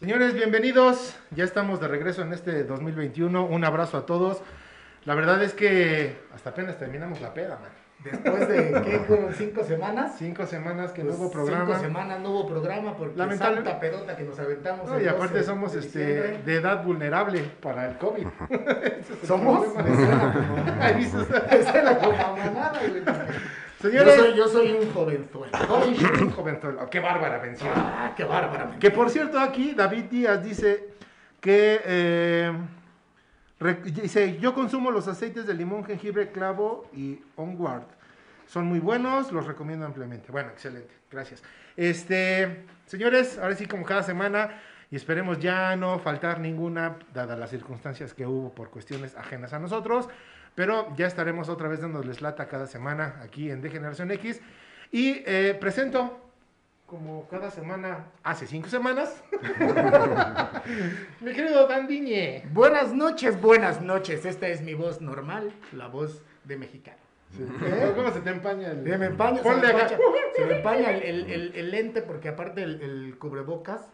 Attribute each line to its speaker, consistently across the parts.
Speaker 1: Señores, bienvenidos. Ya estamos de regreso en este 2021. Un abrazo a todos. La verdad es que hasta apenas terminamos la peda, man.
Speaker 2: Después de, ¿qué fueron? ¿Cinco semanas?
Speaker 1: Cinco semanas que
Speaker 2: Pues,
Speaker 1: no hubo programa.
Speaker 2: Cinco semanas no hubo programa porque
Speaker 1: Lamentable-
Speaker 2: santa pedota que nos aventamos.
Speaker 1: No,
Speaker 2: el
Speaker 1: y aparte
Speaker 2: 12
Speaker 1: somos
Speaker 2: de
Speaker 1: este,
Speaker 2: diciembre.
Speaker 1: de edad vulnerable para el COVID. Ese es el
Speaker 2: ¿Somos?
Speaker 1: problema. Ahí dices,
Speaker 2: Esa es la mamanada, güey. Yo
Speaker 1: Señores,
Speaker 2: soy, yo soy un jovenzuelo.
Speaker 1: Ay, un jovenzuelo. Qué bárbara mención.
Speaker 2: Ah, qué bárbara. men.
Speaker 1: Que por cierto, aquí David Díaz dice que. eh, re- dice: Yo consumo los aceites de limón, jengibre, clavo y onward. Son muy buenos, los recomiendo ampliamente. Bueno, excelente, gracias. Este, señores, ahora sí, como cada semana, y esperemos ya no faltar ninguna, dadas las circunstancias que hubo por cuestiones ajenas a nosotros. Pero ya estaremos otra vez dándoles lata cada semana aquí en De Generación X. Y eh, presento, como cada semana, hace cinco semanas, mi querido Dan Diñe.
Speaker 2: Buenas noches, buenas noches. Esta es mi voz normal, la voz de mexicano.
Speaker 1: ¿Eh? ¿Cómo se te empaña el.?
Speaker 2: Se me empaña, se
Speaker 1: Ponle
Speaker 2: me
Speaker 1: acá.
Speaker 2: empaña, se me empaña el, el- el- el lente porque aparte el, el cubrebocas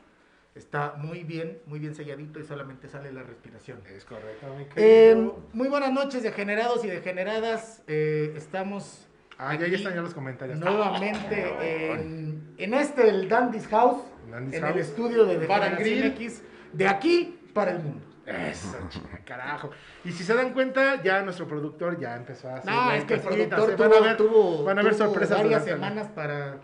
Speaker 2: está muy bien, muy bien selladito y solamente sale la respiración.
Speaker 1: Es correcto, mi
Speaker 2: Eh,
Speaker 1: querido.
Speaker 2: muy buenas noches, degenerados y degeneradas. Eh, estamos
Speaker 1: ah, ya, ya están ya los comentarios. Ah,
Speaker 2: nuevamente en, en este, el Dandy's House,
Speaker 1: Dandy's
Speaker 2: en el
Speaker 1: House.
Speaker 2: estudio de
Speaker 1: Bar and
Speaker 2: Degeneración
Speaker 1: Grill.
Speaker 2: X, de aquí para el mundo.
Speaker 1: Eso, chinga, carajo. Y si se dan cuenta, ya nuestro productor ya empezó a hacer.
Speaker 2: No,
Speaker 1: ya
Speaker 2: es que el
Speaker 1: cositas, ¿eh?
Speaker 2: productor tuvo,
Speaker 1: van a ver,
Speaker 2: tuvo,
Speaker 1: van a ver
Speaker 2: tuvo
Speaker 1: sorpresas.
Speaker 2: varias
Speaker 1: durante el-
Speaker 2: semanas para,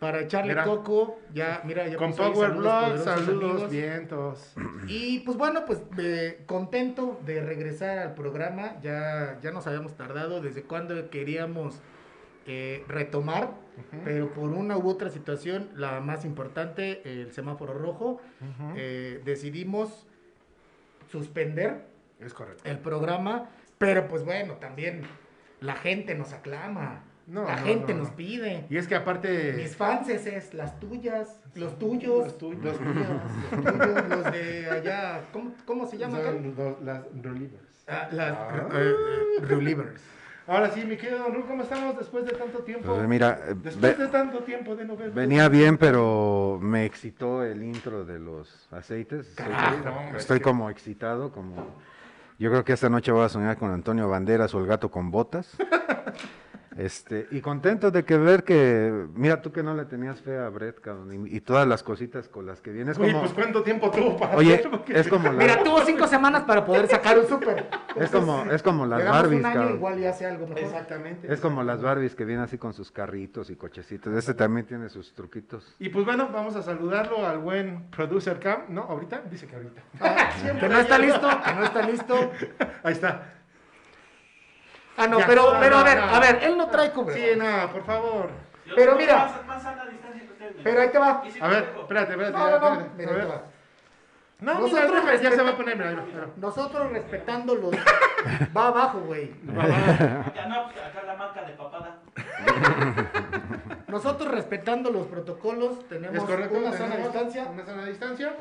Speaker 2: para echarle
Speaker 1: Mira.
Speaker 2: coco. Ya, mira, ya
Speaker 1: Con
Speaker 2: puso ahí
Speaker 1: Power Blog,
Speaker 2: poderosos
Speaker 1: saludos,
Speaker 2: amigos.
Speaker 1: vientos.
Speaker 2: Y pues bueno, pues eh, contento de regresar al programa. Ya, ya nos habíamos tardado desde cuando queríamos eh, retomar, pero por una u otra situación, la más importante, el semáforo rojo,
Speaker 1: Ujú.
Speaker 2: eh, decidimos suspender
Speaker 1: Es correcto.
Speaker 2: el programa, pero pues bueno, también la gente nos aclama,
Speaker 1: No,
Speaker 2: la
Speaker 1: no,
Speaker 2: gente
Speaker 1: no,
Speaker 2: nos
Speaker 1: no.
Speaker 2: pide.
Speaker 1: Y es que aparte.
Speaker 2: Mis fans es las tuyas, los tuyos,
Speaker 1: Los tuyos.
Speaker 2: los míos, los tuyos, los de allá, ¿cómo, cómo se llama? acá?
Speaker 1: Son los- las relievers.
Speaker 2: Ah, las
Speaker 1: Ah.
Speaker 2: eh, eh, Relievers.
Speaker 1: Ahora sí, mi querido Don Ru, ¿cómo estamos después de tanto tiempo?
Speaker 3: Pues mira, eh,
Speaker 1: Después
Speaker 3: ve-
Speaker 1: de tanto tiempo de no ver.
Speaker 3: venía bien, pero me excitó el intro de los aceites. Estoy-
Speaker 1: Carajo, hombre.
Speaker 3: estoy como excitado, como... Yo creo que esta noche voy a soñar con Antonio Banderas o el gato con botas. Este, y contento de que ver que, mira tú que no le tenías fe a Brett, cabrón, y, y todas las cositas con las que vienes.
Speaker 1: Oye,
Speaker 3: como-
Speaker 1: pues cuánto tiempo tuvo para
Speaker 3: oye,
Speaker 1: hacerlo? Porque-
Speaker 3: es como, la-
Speaker 2: Mira, tuvo cinco semanas para poder sacar un súper.
Speaker 3: es como, es como
Speaker 2: Le
Speaker 3: las
Speaker 2: damos
Speaker 3: Barbies,
Speaker 2: un año
Speaker 3: cabrón.
Speaker 2: igual y hace algo mejor.
Speaker 1: Exactamente.
Speaker 3: Es como las Barbies que vienen así con sus carritos y cochecitos. Este también tiene sus truquitos.
Speaker 1: Y pues bueno, vamos a saludarlo al buen producer Cam. ¿No? ¿Ahorita? Dice que ahorita.
Speaker 2: Que no está listo, que no está listo.
Speaker 1: Ahí está.
Speaker 2: Ah, no,
Speaker 1: Ya.
Speaker 2: pero,
Speaker 1: No,
Speaker 2: pero a
Speaker 1: no,
Speaker 2: ver,
Speaker 1: no.
Speaker 2: a ver, él no trae
Speaker 1: Sí,
Speaker 2: cubrebocas.
Speaker 1: no, por favor.
Speaker 4: Yo
Speaker 2: Pero
Speaker 4: tengo
Speaker 2: mira.
Speaker 4: Más, más sana distancia que ustedes.
Speaker 2: Pero ahí te va.
Speaker 4: Y si
Speaker 1: A
Speaker 4: me
Speaker 1: ver,
Speaker 4: dejo.
Speaker 1: espérate, espérate.
Speaker 2: No, no, no.
Speaker 1: espérate.
Speaker 2: Mira,
Speaker 1: A
Speaker 2: ahí
Speaker 1: ver.
Speaker 2: te va.
Speaker 1: No, mira,
Speaker 2: Nosotros
Speaker 1: deja, ya se
Speaker 2: respeta-
Speaker 1: va a poner. Mira, ahí va, mira.
Speaker 2: Nosotros respetando los... Va abajo, güey.
Speaker 4: Ya no, pues, acá la marca de papada.
Speaker 2: Nosotros respetando los protocolos tenemos
Speaker 1: Es correcto.
Speaker 2: una sana
Speaker 1: tenemos
Speaker 2: distancia.
Speaker 1: Una sana distancia.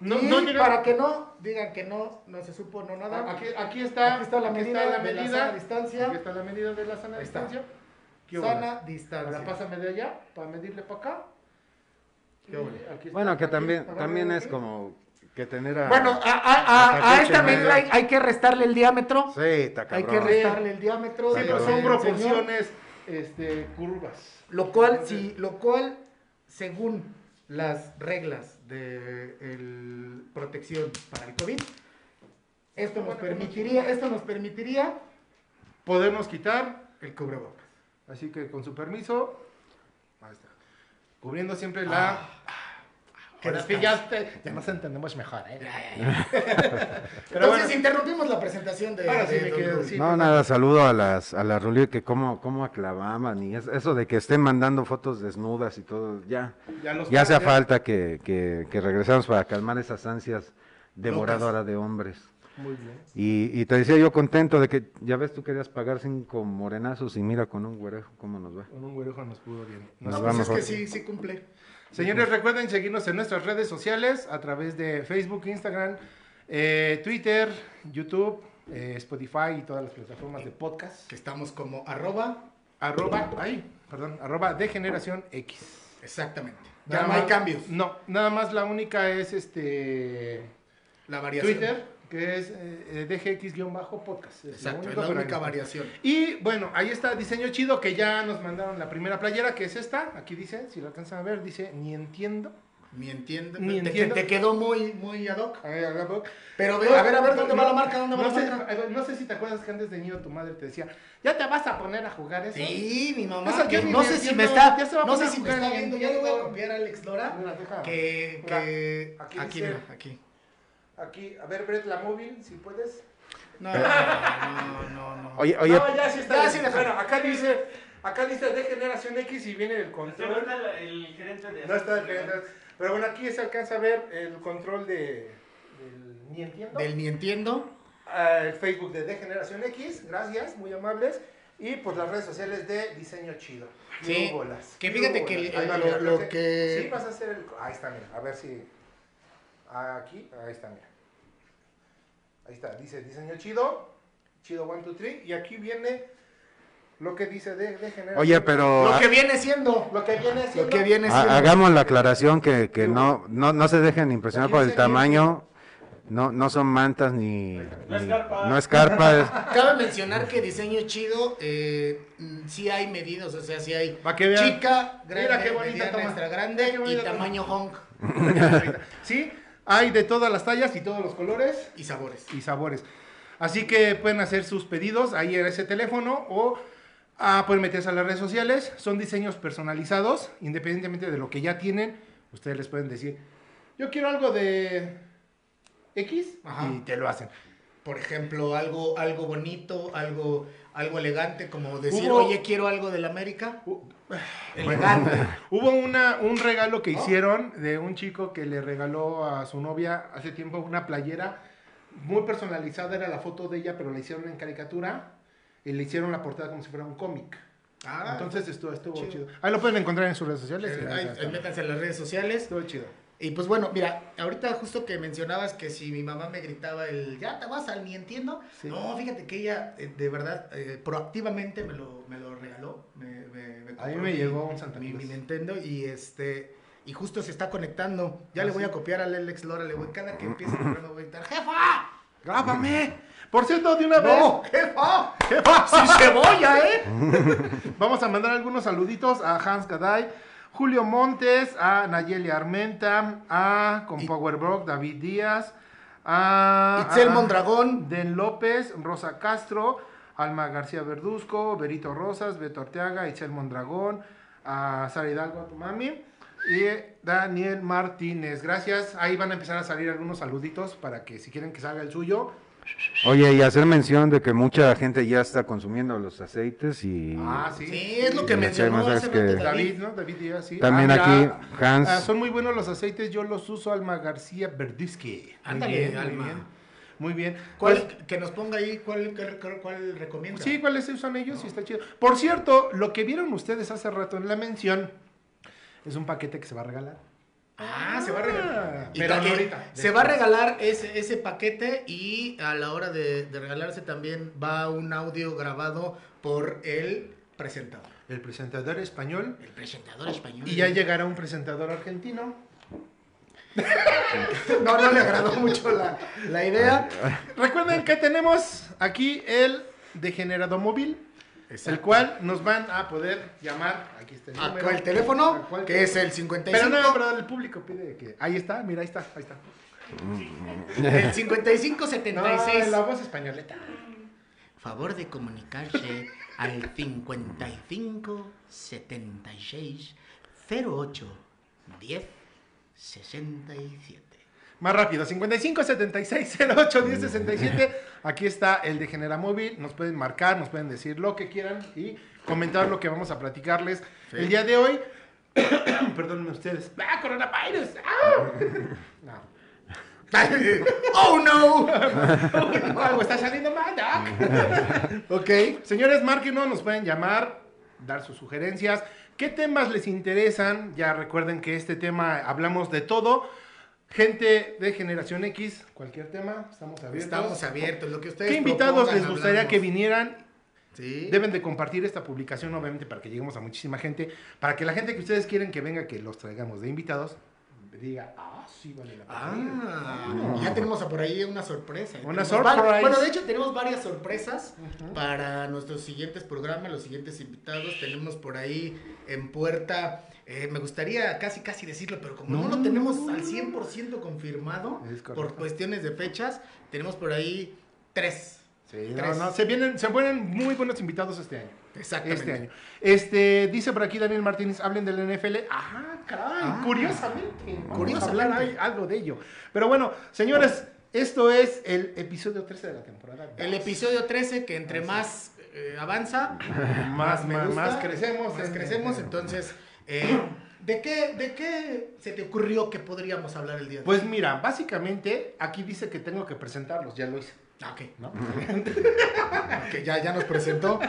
Speaker 1: No,
Speaker 2: y
Speaker 1: no llega.
Speaker 2: para que no digan que no, no se supo, no nada.
Speaker 1: Aquí, aquí está,
Speaker 2: Aquí está la medida
Speaker 1: la
Speaker 2: de la
Speaker 1: medida.
Speaker 2: sana distancia.
Speaker 1: Aquí está la medida de la sana
Speaker 2: Ahí está.
Speaker 1: distancia. ¿Qué hubo?
Speaker 2: sana
Speaker 1: Ahora
Speaker 2: distancia.
Speaker 1: pásame de allá para medirle para acá.
Speaker 2: Qué bueno.
Speaker 1: Y aquí está,
Speaker 3: Bueno, que
Speaker 1: aquí,
Speaker 3: también,
Speaker 1: agarra
Speaker 3: también
Speaker 1: de
Speaker 3: es
Speaker 1: aquí.
Speaker 3: como que tener a...
Speaker 2: Bueno, a, a- a-
Speaker 3: Hasta
Speaker 2: a
Speaker 3: pinche
Speaker 2: esta medida hay,
Speaker 3: madre.
Speaker 2: hay que restarle el diámetro.
Speaker 3: Sí, está
Speaker 2: ah, hay
Speaker 3: cabrón.
Speaker 2: que restarle el diámetro.
Speaker 1: Sí, pero
Speaker 3: Ahí
Speaker 1: son
Speaker 2: del señor,
Speaker 1: proporciones este, curvas.
Speaker 2: Lo cual, sí, lo cual, según las reglas de el- protección para el COVID, esto nos
Speaker 1: pues,
Speaker 2: permitiría, esto nos permitiría
Speaker 1: Podemos quitar,
Speaker 2: el cubrebocas.
Speaker 1: así que con su permiso. Ahí está. Cubriendo siempre la.
Speaker 2: que
Speaker 1: Ah. Ahora sí ya, te- ya nos entendemos mejor, ¿eh? Pero
Speaker 2: Entonces
Speaker 1: bueno,
Speaker 2: interrumpimos la presentación de,
Speaker 1: Ahora sí
Speaker 2: de
Speaker 1: me
Speaker 2: Don
Speaker 1: quedo,
Speaker 2: Rudy.
Speaker 1: sí.
Speaker 3: No, nada, saludo a las a las Rulio que cómo, cómo aclamaban y es- eso de que estén mandando fotos desnudas y todo, ya.
Speaker 1: ya, los-
Speaker 3: Ya hace falta que, que, que regresemos para calmar esas ansias devoradoras de hombres.
Speaker 1: Muy bien.
Speaker 3: Y, y te decía yo contento de que, ya ves, tú querías pagar cinco morenazos y mira con un güerejo cómo nos va.
Speaker 1: Con un güerejo nos pudo bien.
Speaker 2: No,
Speaker 3: Nos
Speaker 2: pues
Speaker 3: va
Speaker 2: es que
Speaker 3: mejor.
Speaker 2: sí, sí cumple.
Speaker 1: Señores, recuerden seguirnos en nuestras redes sociales a través de Facebook, Instagram, eh, Twitter, YouTube, eh, Spotify y todas las plataformas de podcast.
Speaker 2: Estamos como arroba
Speaker 1: Arroba, ay, perdón, arroba de generación X.
Speaker 2: Exactamente. Ya
Speaker 1: Nada
Speaker 2: no hay
Speaker 1: más- Mm.
Speaker 2: cambios.
Speaker 1: No, nada más la única es este
Speaker 2: La variación.
Speaker 1: Twitter, que es eh, eh, DGX-podcast. Es lo
Speaker 2: Exacto, es
Speaker 1: único,
Speaker 2: la
Speaker 1: pero
Speaker 2: única
Speaker 1: ahí-
Speaker 2: variación.
Speaker 1: Y bueno, ahí está diseño chido que ya nos mandaron la primera playera, que es esta. Aquí dice, si la alcanzan a ver, dice, ni entiendo.
Speaker 2: Ni entiendo.
Speaker 1: Ni
Speaker 2: te- te-
Speaker 1: entiendo.
Speaker 2: Te, quedó muy, muy ad hoc.
Speaker 1: A ver, a ver,
Speaker 2: Pero ve, a ver, a ver, ¿dónde
Speaker 1: no,
Speaker 2: va la marca? ¿Dónde va
Speaker 1: no
Speaker 2: la
Speaker 1: sé,
Speaker 2: marca?
Speaker 1: a ver, No sé si te acuerdas que antes de niño tu madre te decía, ya te vas a poner a jugar eso.
Speaker 2: Sí, mi mamá.
Speaker 1: Esa ya
Speaker 2: que
Speaker 1: ni
Speaker 2: no
Speaker 1: me
Speaker 2: sé si
Speaker 1: entiendo,
Speaker 2: me está.
Speaker 1: ya se va a
Speaker 2: No sé
Speaker 1: poner
Speaker 2: si
Speaker 1: a
Speaker 2: me
Speaker 1: jugar
Speaker 2: está
Speaker 1: en
Speaker 2: viendo. Ya le voy a
Speaker 1: Nintendo.
Speaker 2: copiar a Alex Lora.
Speaker 1: Mira, deja.
Speaker 2: Que.
Speaker 1: Mira,
Speaker 2: que
Speaker 1: aquí
Speaker 2: aquí,
Speaker 1: dice-
Speaker 2: mira, aquí.
Speaker 1: Aquí, a ver, Brett, la móvil, si puedes.
Speaker 2: No, no, no. no.
Speaker 3: Oye, oye,
Speaker 1: No, ya sí está.
Speaker 2: Ya,
Speaker 1: bien.
Speaker 2: sí, déjalo.
Speaker 1: bueno, acá dice, acá dice de generación X y viene el
Speaker 4: Pero no
Speaker 1: control.
Speaker 4: está el, el gerente de...
Speaker 1: No está de generación. Pero bueno, aquí se alcanza a ver el control de. del- Ni entiendo.
Speaker 2: Del ni entiendo.
Speaker 1: Ah, el Facebook de Degeneración X, gracias, muy amables. Y pues las redes sociales de Diseño Chido.
Speaker 2: Sí,
Speaker 1: Hubo bolas.
Speaker 2: que
Speaker 1: Hubo
Speaker 2: fíjate que
Speaker 1: bolas.
Speaker 2: el-
Speaker 1: Ahí va,
Speaker 2: lo-
Speaker 1: mira,
Speaker 2: lo
Speaker 1: fíjate.
Speaker 2: que-
Speaker 1: Sí, vas a hacer el. Ahí está, mira, a ver si. Aquí, ahí está, mira. Ahí está, dice Diseño Chido, Chido 1, 2, 3. Y aquí viene lo que dice de Degeneración.
Speaker 3: oye, pero
Speaker 2: Lo
Speaker 3: ha-
Speaker 2: que viene siendo.
Speaker 1: Lo que viene es.
Speaker 2: Lo que viene siendo.
Speaker 3: ha- Ah, hagamos la aclaración que, que no, no, no se dejen impresionar por el tamaño. No, no son mantas ni,
Speaker 4: No es
Speaker 3: ni-
Speaker 4: carpa.
Speaker 3: no es carpa, es-
Speaker 2: Cabe mencionar que diseño chido, eh, mm, sí hay medidas, o sea, sí hay
Speaker 1: Pa' que vean.
Speaker 2: chica,
Speaker 1: Mira
Speaker 2: grande,
Speaker 1: qué bonita
Speaker 2: mediana,
Speaker 1: toma.
Speaker 2: extra
Speaker 1: Mira qué
Speaker 2: grande
Speaker 1: bonita
Speaker 2: y tamaño honk
Speaker 1: Sí, hay de todas las tallas y todos los colores.
Speaker 2: y sabores.
Speaker 1: y sabores. Así que pueden hacer sus pedidos ahí en ese teléfono o ah, pueden meterse a las redes sociales. Son diseños personalizados, independientemente de lo que ya tienen. Ustedes les pueden decir, yo quiero algo de X
Speaker 2: Ajá.
Speaker 1: y te lo hacen.
Speaker 2: Por ejemplo, algo, algo bonito, algo, algo elegante, como decir,
Speaker 1: Hubo-
Speaker 2: oye, quiero algo del América.
Speaker 1: Hu-
Speaker 2: Elegante.
Speaker 1: Hubo una, un regalo que hicieron de un chico que le regaló a su novia hace tiempo una playera muy personalizada, era la foto de ella, pero la hicieron en caricatura y le hicieron la portada como si fuera un cómic.
Speaker 2: Ah,
Speaker 1: Entonces estuvo, estuvo
Speaker 2: chido.
Speaker 1: chido. Ahí lo pueden encontrar en sus redes sociales.
Speaker 2: eh,
Speaker 1: y ahí
Speaker 2: ahí-
Speaker 1: está.
Speaker 2: ahí métanse a las redes sociales.
Speaker 1: Estuvo chido.
Speaker 2: Y pues bueno, mira, ahorita justo que mencionabas que si mi mamá me gritaba el ya te vas al ni entiendo,
Speaker 1: Sí.
Speaker 2: no, fíjate que ella eh, de verdad eh, proactivamente me lo, me lo regaló. Me, me- me
Speaker 1: A mí
Speaker 2: compró
Speaker 1: me
Speaker 2: mi-
Speaker 1: llegó un Santa
Speaker 2: mi, mi
Speaker 1: Claus.
Speaker 2: Nintendo y este y justo se está conectando. Ya
Speaker 1: Ah,
Speaker 2: le voy
Speaker 1: sí.
Speaker 2: a copiar al Alex Lora, le voy cada que empiece el programa voy a gritar, "Jefa!
Speaker 1: ¡Grábame! Por cierto, de una
Speaker 2: No,
Speaker 1: vez.
Speaker 2: jefa! ¡Jefa! ¡Sin cebolla, eh!
Speaker 1: Vamos a mandar algunos saluditos a Hans Gaday, Julio Montes, a Nayeli Armenta, a con
Speaker 2: Y-
Speaker 1: Powerbrock, David Díaz, a
Speaker 2: Itzel
Speaker 1: a-
Speaker 2: Mondragón,
Speaker 1: Den López, Rosa Castro, Alma García Verduzco, Berito Rosas, Beto Arteaga, Itzel Mondragón, a Sara Hidalgo, a tu mami, y Daniel Martínez. Gracias. Ahí van a empezar a salir algunos saluditos para que si quieren que salga el suyo.
Speaker 3: oye, y hacer mención de que mucha gente ya está consumiendo los aceites y
Speaker 1: Ah, sí.
Speaker 2: sí, es lo que
Speaker 3: Y
Speaker 2: mencionó
Speaker 3: hacemos
Speaker 2: hace
Speaker 3: es que-
Speaker 2: rato
Speaker 1: David, ¿no? David Díaz, sí.
Speaker 3: También
Speaker 1: Ah, mira,
Speaker 3: aquí, Hans.
Speaker 1: ah, son muy buenos los aceites, yo los uso Alma García Verduzqui.
Speaker 2: Ándale, Alma.
Speaker 1: Muy bien. Muy bien.
Speaker 2: ¿Cuál,
Speaker 1: Pues,
Speaker 2: que nos ponga ahí cuál, cuál, cuál recomienda.
Speaker 1: Sí, ¿cuáles usan ellos? Y está chido. Por cierto, lo que vieron ustedes hace rato en la mención es un paquete que se va a regalar.
Speaker 2: Ah, se va a regalar.
Speaker 1: Pero
Speaker 2: Pero
Speaker 1: no ahorita.
Speaker 2: Se va a regalar ese, ese paquete y a la hora de, de regalarse también va un audio grabado por el presentador.
Speaker 1: El presentador español.
Speaker 2: El presentador español.
Speaker 1: Y ya llegará un presentador argentino.
Speaker 2: No, no le agradó mucho la, la idea.
Speaker 1: Recuerden que tenemos aquí el degenerado móvil, el cual nos van a poder llamar. Aquí está el
Speaker 2: ¿A
Speaker 1: número.
Speaker 2: cuál
Speaker 1: ¿A
Speaker 2: teléfono?
Speaker 1: cuál
Speaker 2: Que es el
Speaker 1: Pero
Speaker 2: 55.
Speaker 1: no, pero el público pide que. Ahí está, mira, ahí está, ahí está.
Speaker 2: El 55
Speaker 1: No,
Speaker 2: 76.
Speaker 1: la voz españoleta.
Speaker 2: Favor de comunicarse al 55 76 08 10 67.
Speaker 1: Más rápido, 55 76 08 10 67. Aquí está el de Genera Móvil. Nos pueden marcar, nos pueden decir lo que quieran y comentar lo que vamos a platicarles el día de hoy. Perdónenme ustedes. ¡Ah, coronavirus! ¡Ah! No.
Speaker 2: ¡Oh, no!
Speaker 1: Algo está saliendo mal, Doc. ok. Señores, márquenos, nos pueden llamar, dar sus sugerencias. ¿Qué temas les interesan? Ya recuerden que este tema hablamos de todo. Gente de generación X, cualquier tema, estamos abiertos.
Speaker 2: Estamos abiertos. Lo que ustedes
Speaker 1: ¿Qué invitados
Speaker 2: propongan,
Speaker 1: les gustaría
Speaker 2: hablamos.
Speaker 1: que vinieran?
Speaker 2: Sí.
Speaker 1: Deben de compartir esta publicación, obviamente, para que lleguemos a muchísima gente, para que la gente que ustedes quieren que venga, que los traigamos de invitados, diga, ah, sí, vale la pena. ir".
Speaker 2: Ah, ya tenemos por ahí una sorpresa.
Speaker 1: Una
Speaker 2: Tenemos va-
Speaker 1: surprise.
Speaker 2: Bueno, de hecho tenemos varias sorpresas para nuestros siguientes programas, los siguientes invitados. Tenemos por ahí en puerta, eh, me gustaría casi casi decirlo, pero como no,
Speaker 1: No.
Speaker 2: lo tenemos al 100% confirmado
Speaker 1: Es correcto.
Speaker 2: por cuestiones de fechas, tenemos por ahí tres.
Speaker 1: Sí, no,
Speaker 2: Tres.
Speaker 1: no, se vienen, se vienen muy buenos invitados este año.
Speaker 2: Exactamente.
Speaker 1: Este año. Este, dice por aquí Daniel Martínez, hablen del NFL. Ah, caray,
Speaker 2: Ah.
Speaker 1: curiosamente. Vamos a
Speaker 2: Curiosamente.
Speaker 1: hablar ahí algo de ello. Pero bueno, señores, esto es el episodio 13 de la temporada.
Speaker 2: El episodio 13, que entre más eh, avanza,
Speaker 1: más,
Speaker 2: me
Speaker 1: más,
Speaker 2: gusta,
Speaker 1: más crecemos.
Speaker 2: más
Speaker 1: en-
Speaker 2: crecemos. Entonces, eh, ¿de, qué, ¿de qué se te ocurrió que podríamos hablar el día de hoy?
Speaker 1: Pues mira, básicamente aquí dice que tengo que presentarlos, ya lo hice,
Speaker 2: Ah, ok.
Speaker 1: ¿no?
Speaker 2: que ya, ya nos presentó.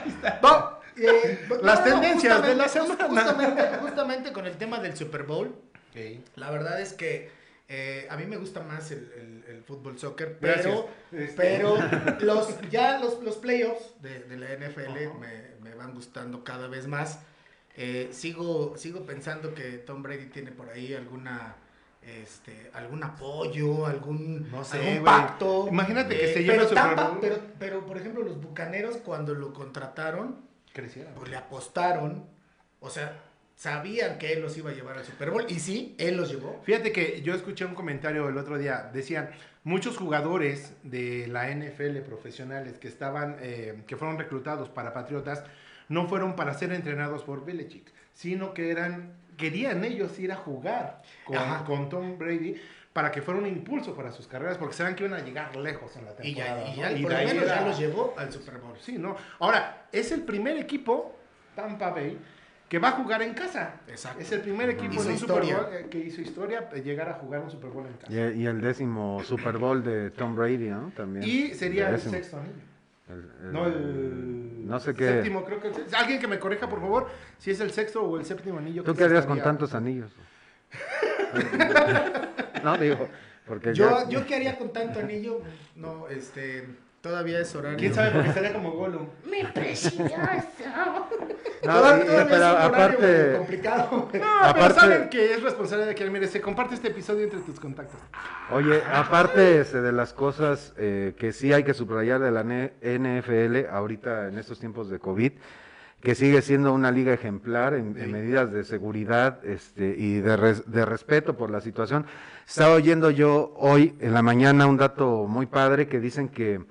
Speaker 2: No, eh,
Speaker 1: Las tendencias de la
Speaker 2: justamente,
Speaker 1: semana.
Speaker 2: Justamente, justamente con el tema del Super Bowl,
Speaker 1: Ok.
Speaker 2: la verdad es que eh, a mí me gusta más el, el- el fútbol soccer,
Speaker 1: Gracias. Este.
Speaker 2: pero, pero los, ya los, los playoffs de, de la NFL
Speaker 1: Ajá.
Speaker 2: me, me van gustando cada vez más. Eh, sigo, sigo pensando que Tom Brady tiene por ahí alguna... Este, algún apoyo, algún,
Speaker 1: No sé,
Speaker 2: algún
Speaker 1: güey.
Speaker 2: pacto.
Speaker 1: Imagínate que
Speaker 2: Eh,
Speaker 1: se lleve
Speaker 2: pero
Speaker 1: el Super
Speaker 2: Tampa-
Speaker 1: Bowl.
Speaker 2: pero pero, por ejemplo, los bucaneros cuando lo contrataron,
Speaker 1: Crecieron.
Speaker 2: pues le apostaron. O sea, sabían que él los iba a llevar al Super Bowl. Y sí, él los llevó.
Speaker 1: Fíjate que yo escuché un comentario el otro día, decían, muchos jugadores de la NFL profesionales que estaban, eh, que fueron reclutados para Patriotas, no fueron para ser entrenados por Belichick, sino que eran, querían ellos ir a jugar con,
Speaker 2: Ajá.
Speaker 1: con Tom Brady para que fuera un impulso para sus carreras, porque saben que iban a llegar lejos en la
Speaker 2: Y ya,
Speaker 1: temporada.
Speaker 2: y
Speaker 1: ¿no?
Speaker 2: ya,
Speaker 1: Y
Speaker 2: por
Speaker 1: de
Speaker 2: lo
Speaker 1: ahí
Speaker 2: menos ya
Speaker 1: era-
Speaker 2: los llevó al Super Bowl.
Speaker 1: Sí, ¿no? Ahora, es el primer equipo, Tampa Bay, que va a jugar en casa.
Speaker 2: Exacto.
Speaker 1: Es el primer equipo
Speaker 2: Hizo
Speaker 1: en un
Speaker 2: historia.
Speaker 1: Super Bowl eh, que hizo historia eh, llegar a jugar un Super Bowl en casa.
Speaker 3: Y, y el décimo Super Bowl de Tom Brady, ¿no? También.
Speaker 1: Y sería el
Speaker 3: décimo.
Speaker 1: sexto anillo.
Speaker 3: El- el-
Speaker 1: No, el
Speaker 3: no sé qué.
Speaker 1: Séptimo, creo que el sexto. Alguien que me corrija, por favor, si es el sexto o el séptimo anillo.
Speaker 3: ¿Tú
Speaker 1: que
Speaker 3: qué harías con
Speaker 1: estaría-
Speaker 3: tantos anillos? no, digo, porque
Speaker 2: Yo,
Speaker 3: ya-
Speaker 2: yo qué haría con tanto anillo. No, este. Todavía es horario.
Speaker 1: ¿Quién sabe? Porque estaría como Gollum.
Speaker 3: No,
Speaker 2: Todavía- todavía
Speaker 3: y- pero
Speaker 2: es un horario
Speaker 3: aparte-
Speaker 2: complicado.
Speaker 1: No, pero
Speaker 3: Aparte-
Speaker 1: saben que es responsable de que, mire, se comparte este episodio entre tus contactos.
Speaker 3: Oye, aparte este, de las cosas eh, que sí hay que subrayar de la ne- NFL ahorita en estos tiempos de COVID, que sigue siendo una liga ejemplar en, en
Speaker 1: Sí.
Speaker 3: medidas de seguridad este, y de, res- de respeto por la situación. Estaba oyendo yo hoy en la mañana un dato muy padre que dicen que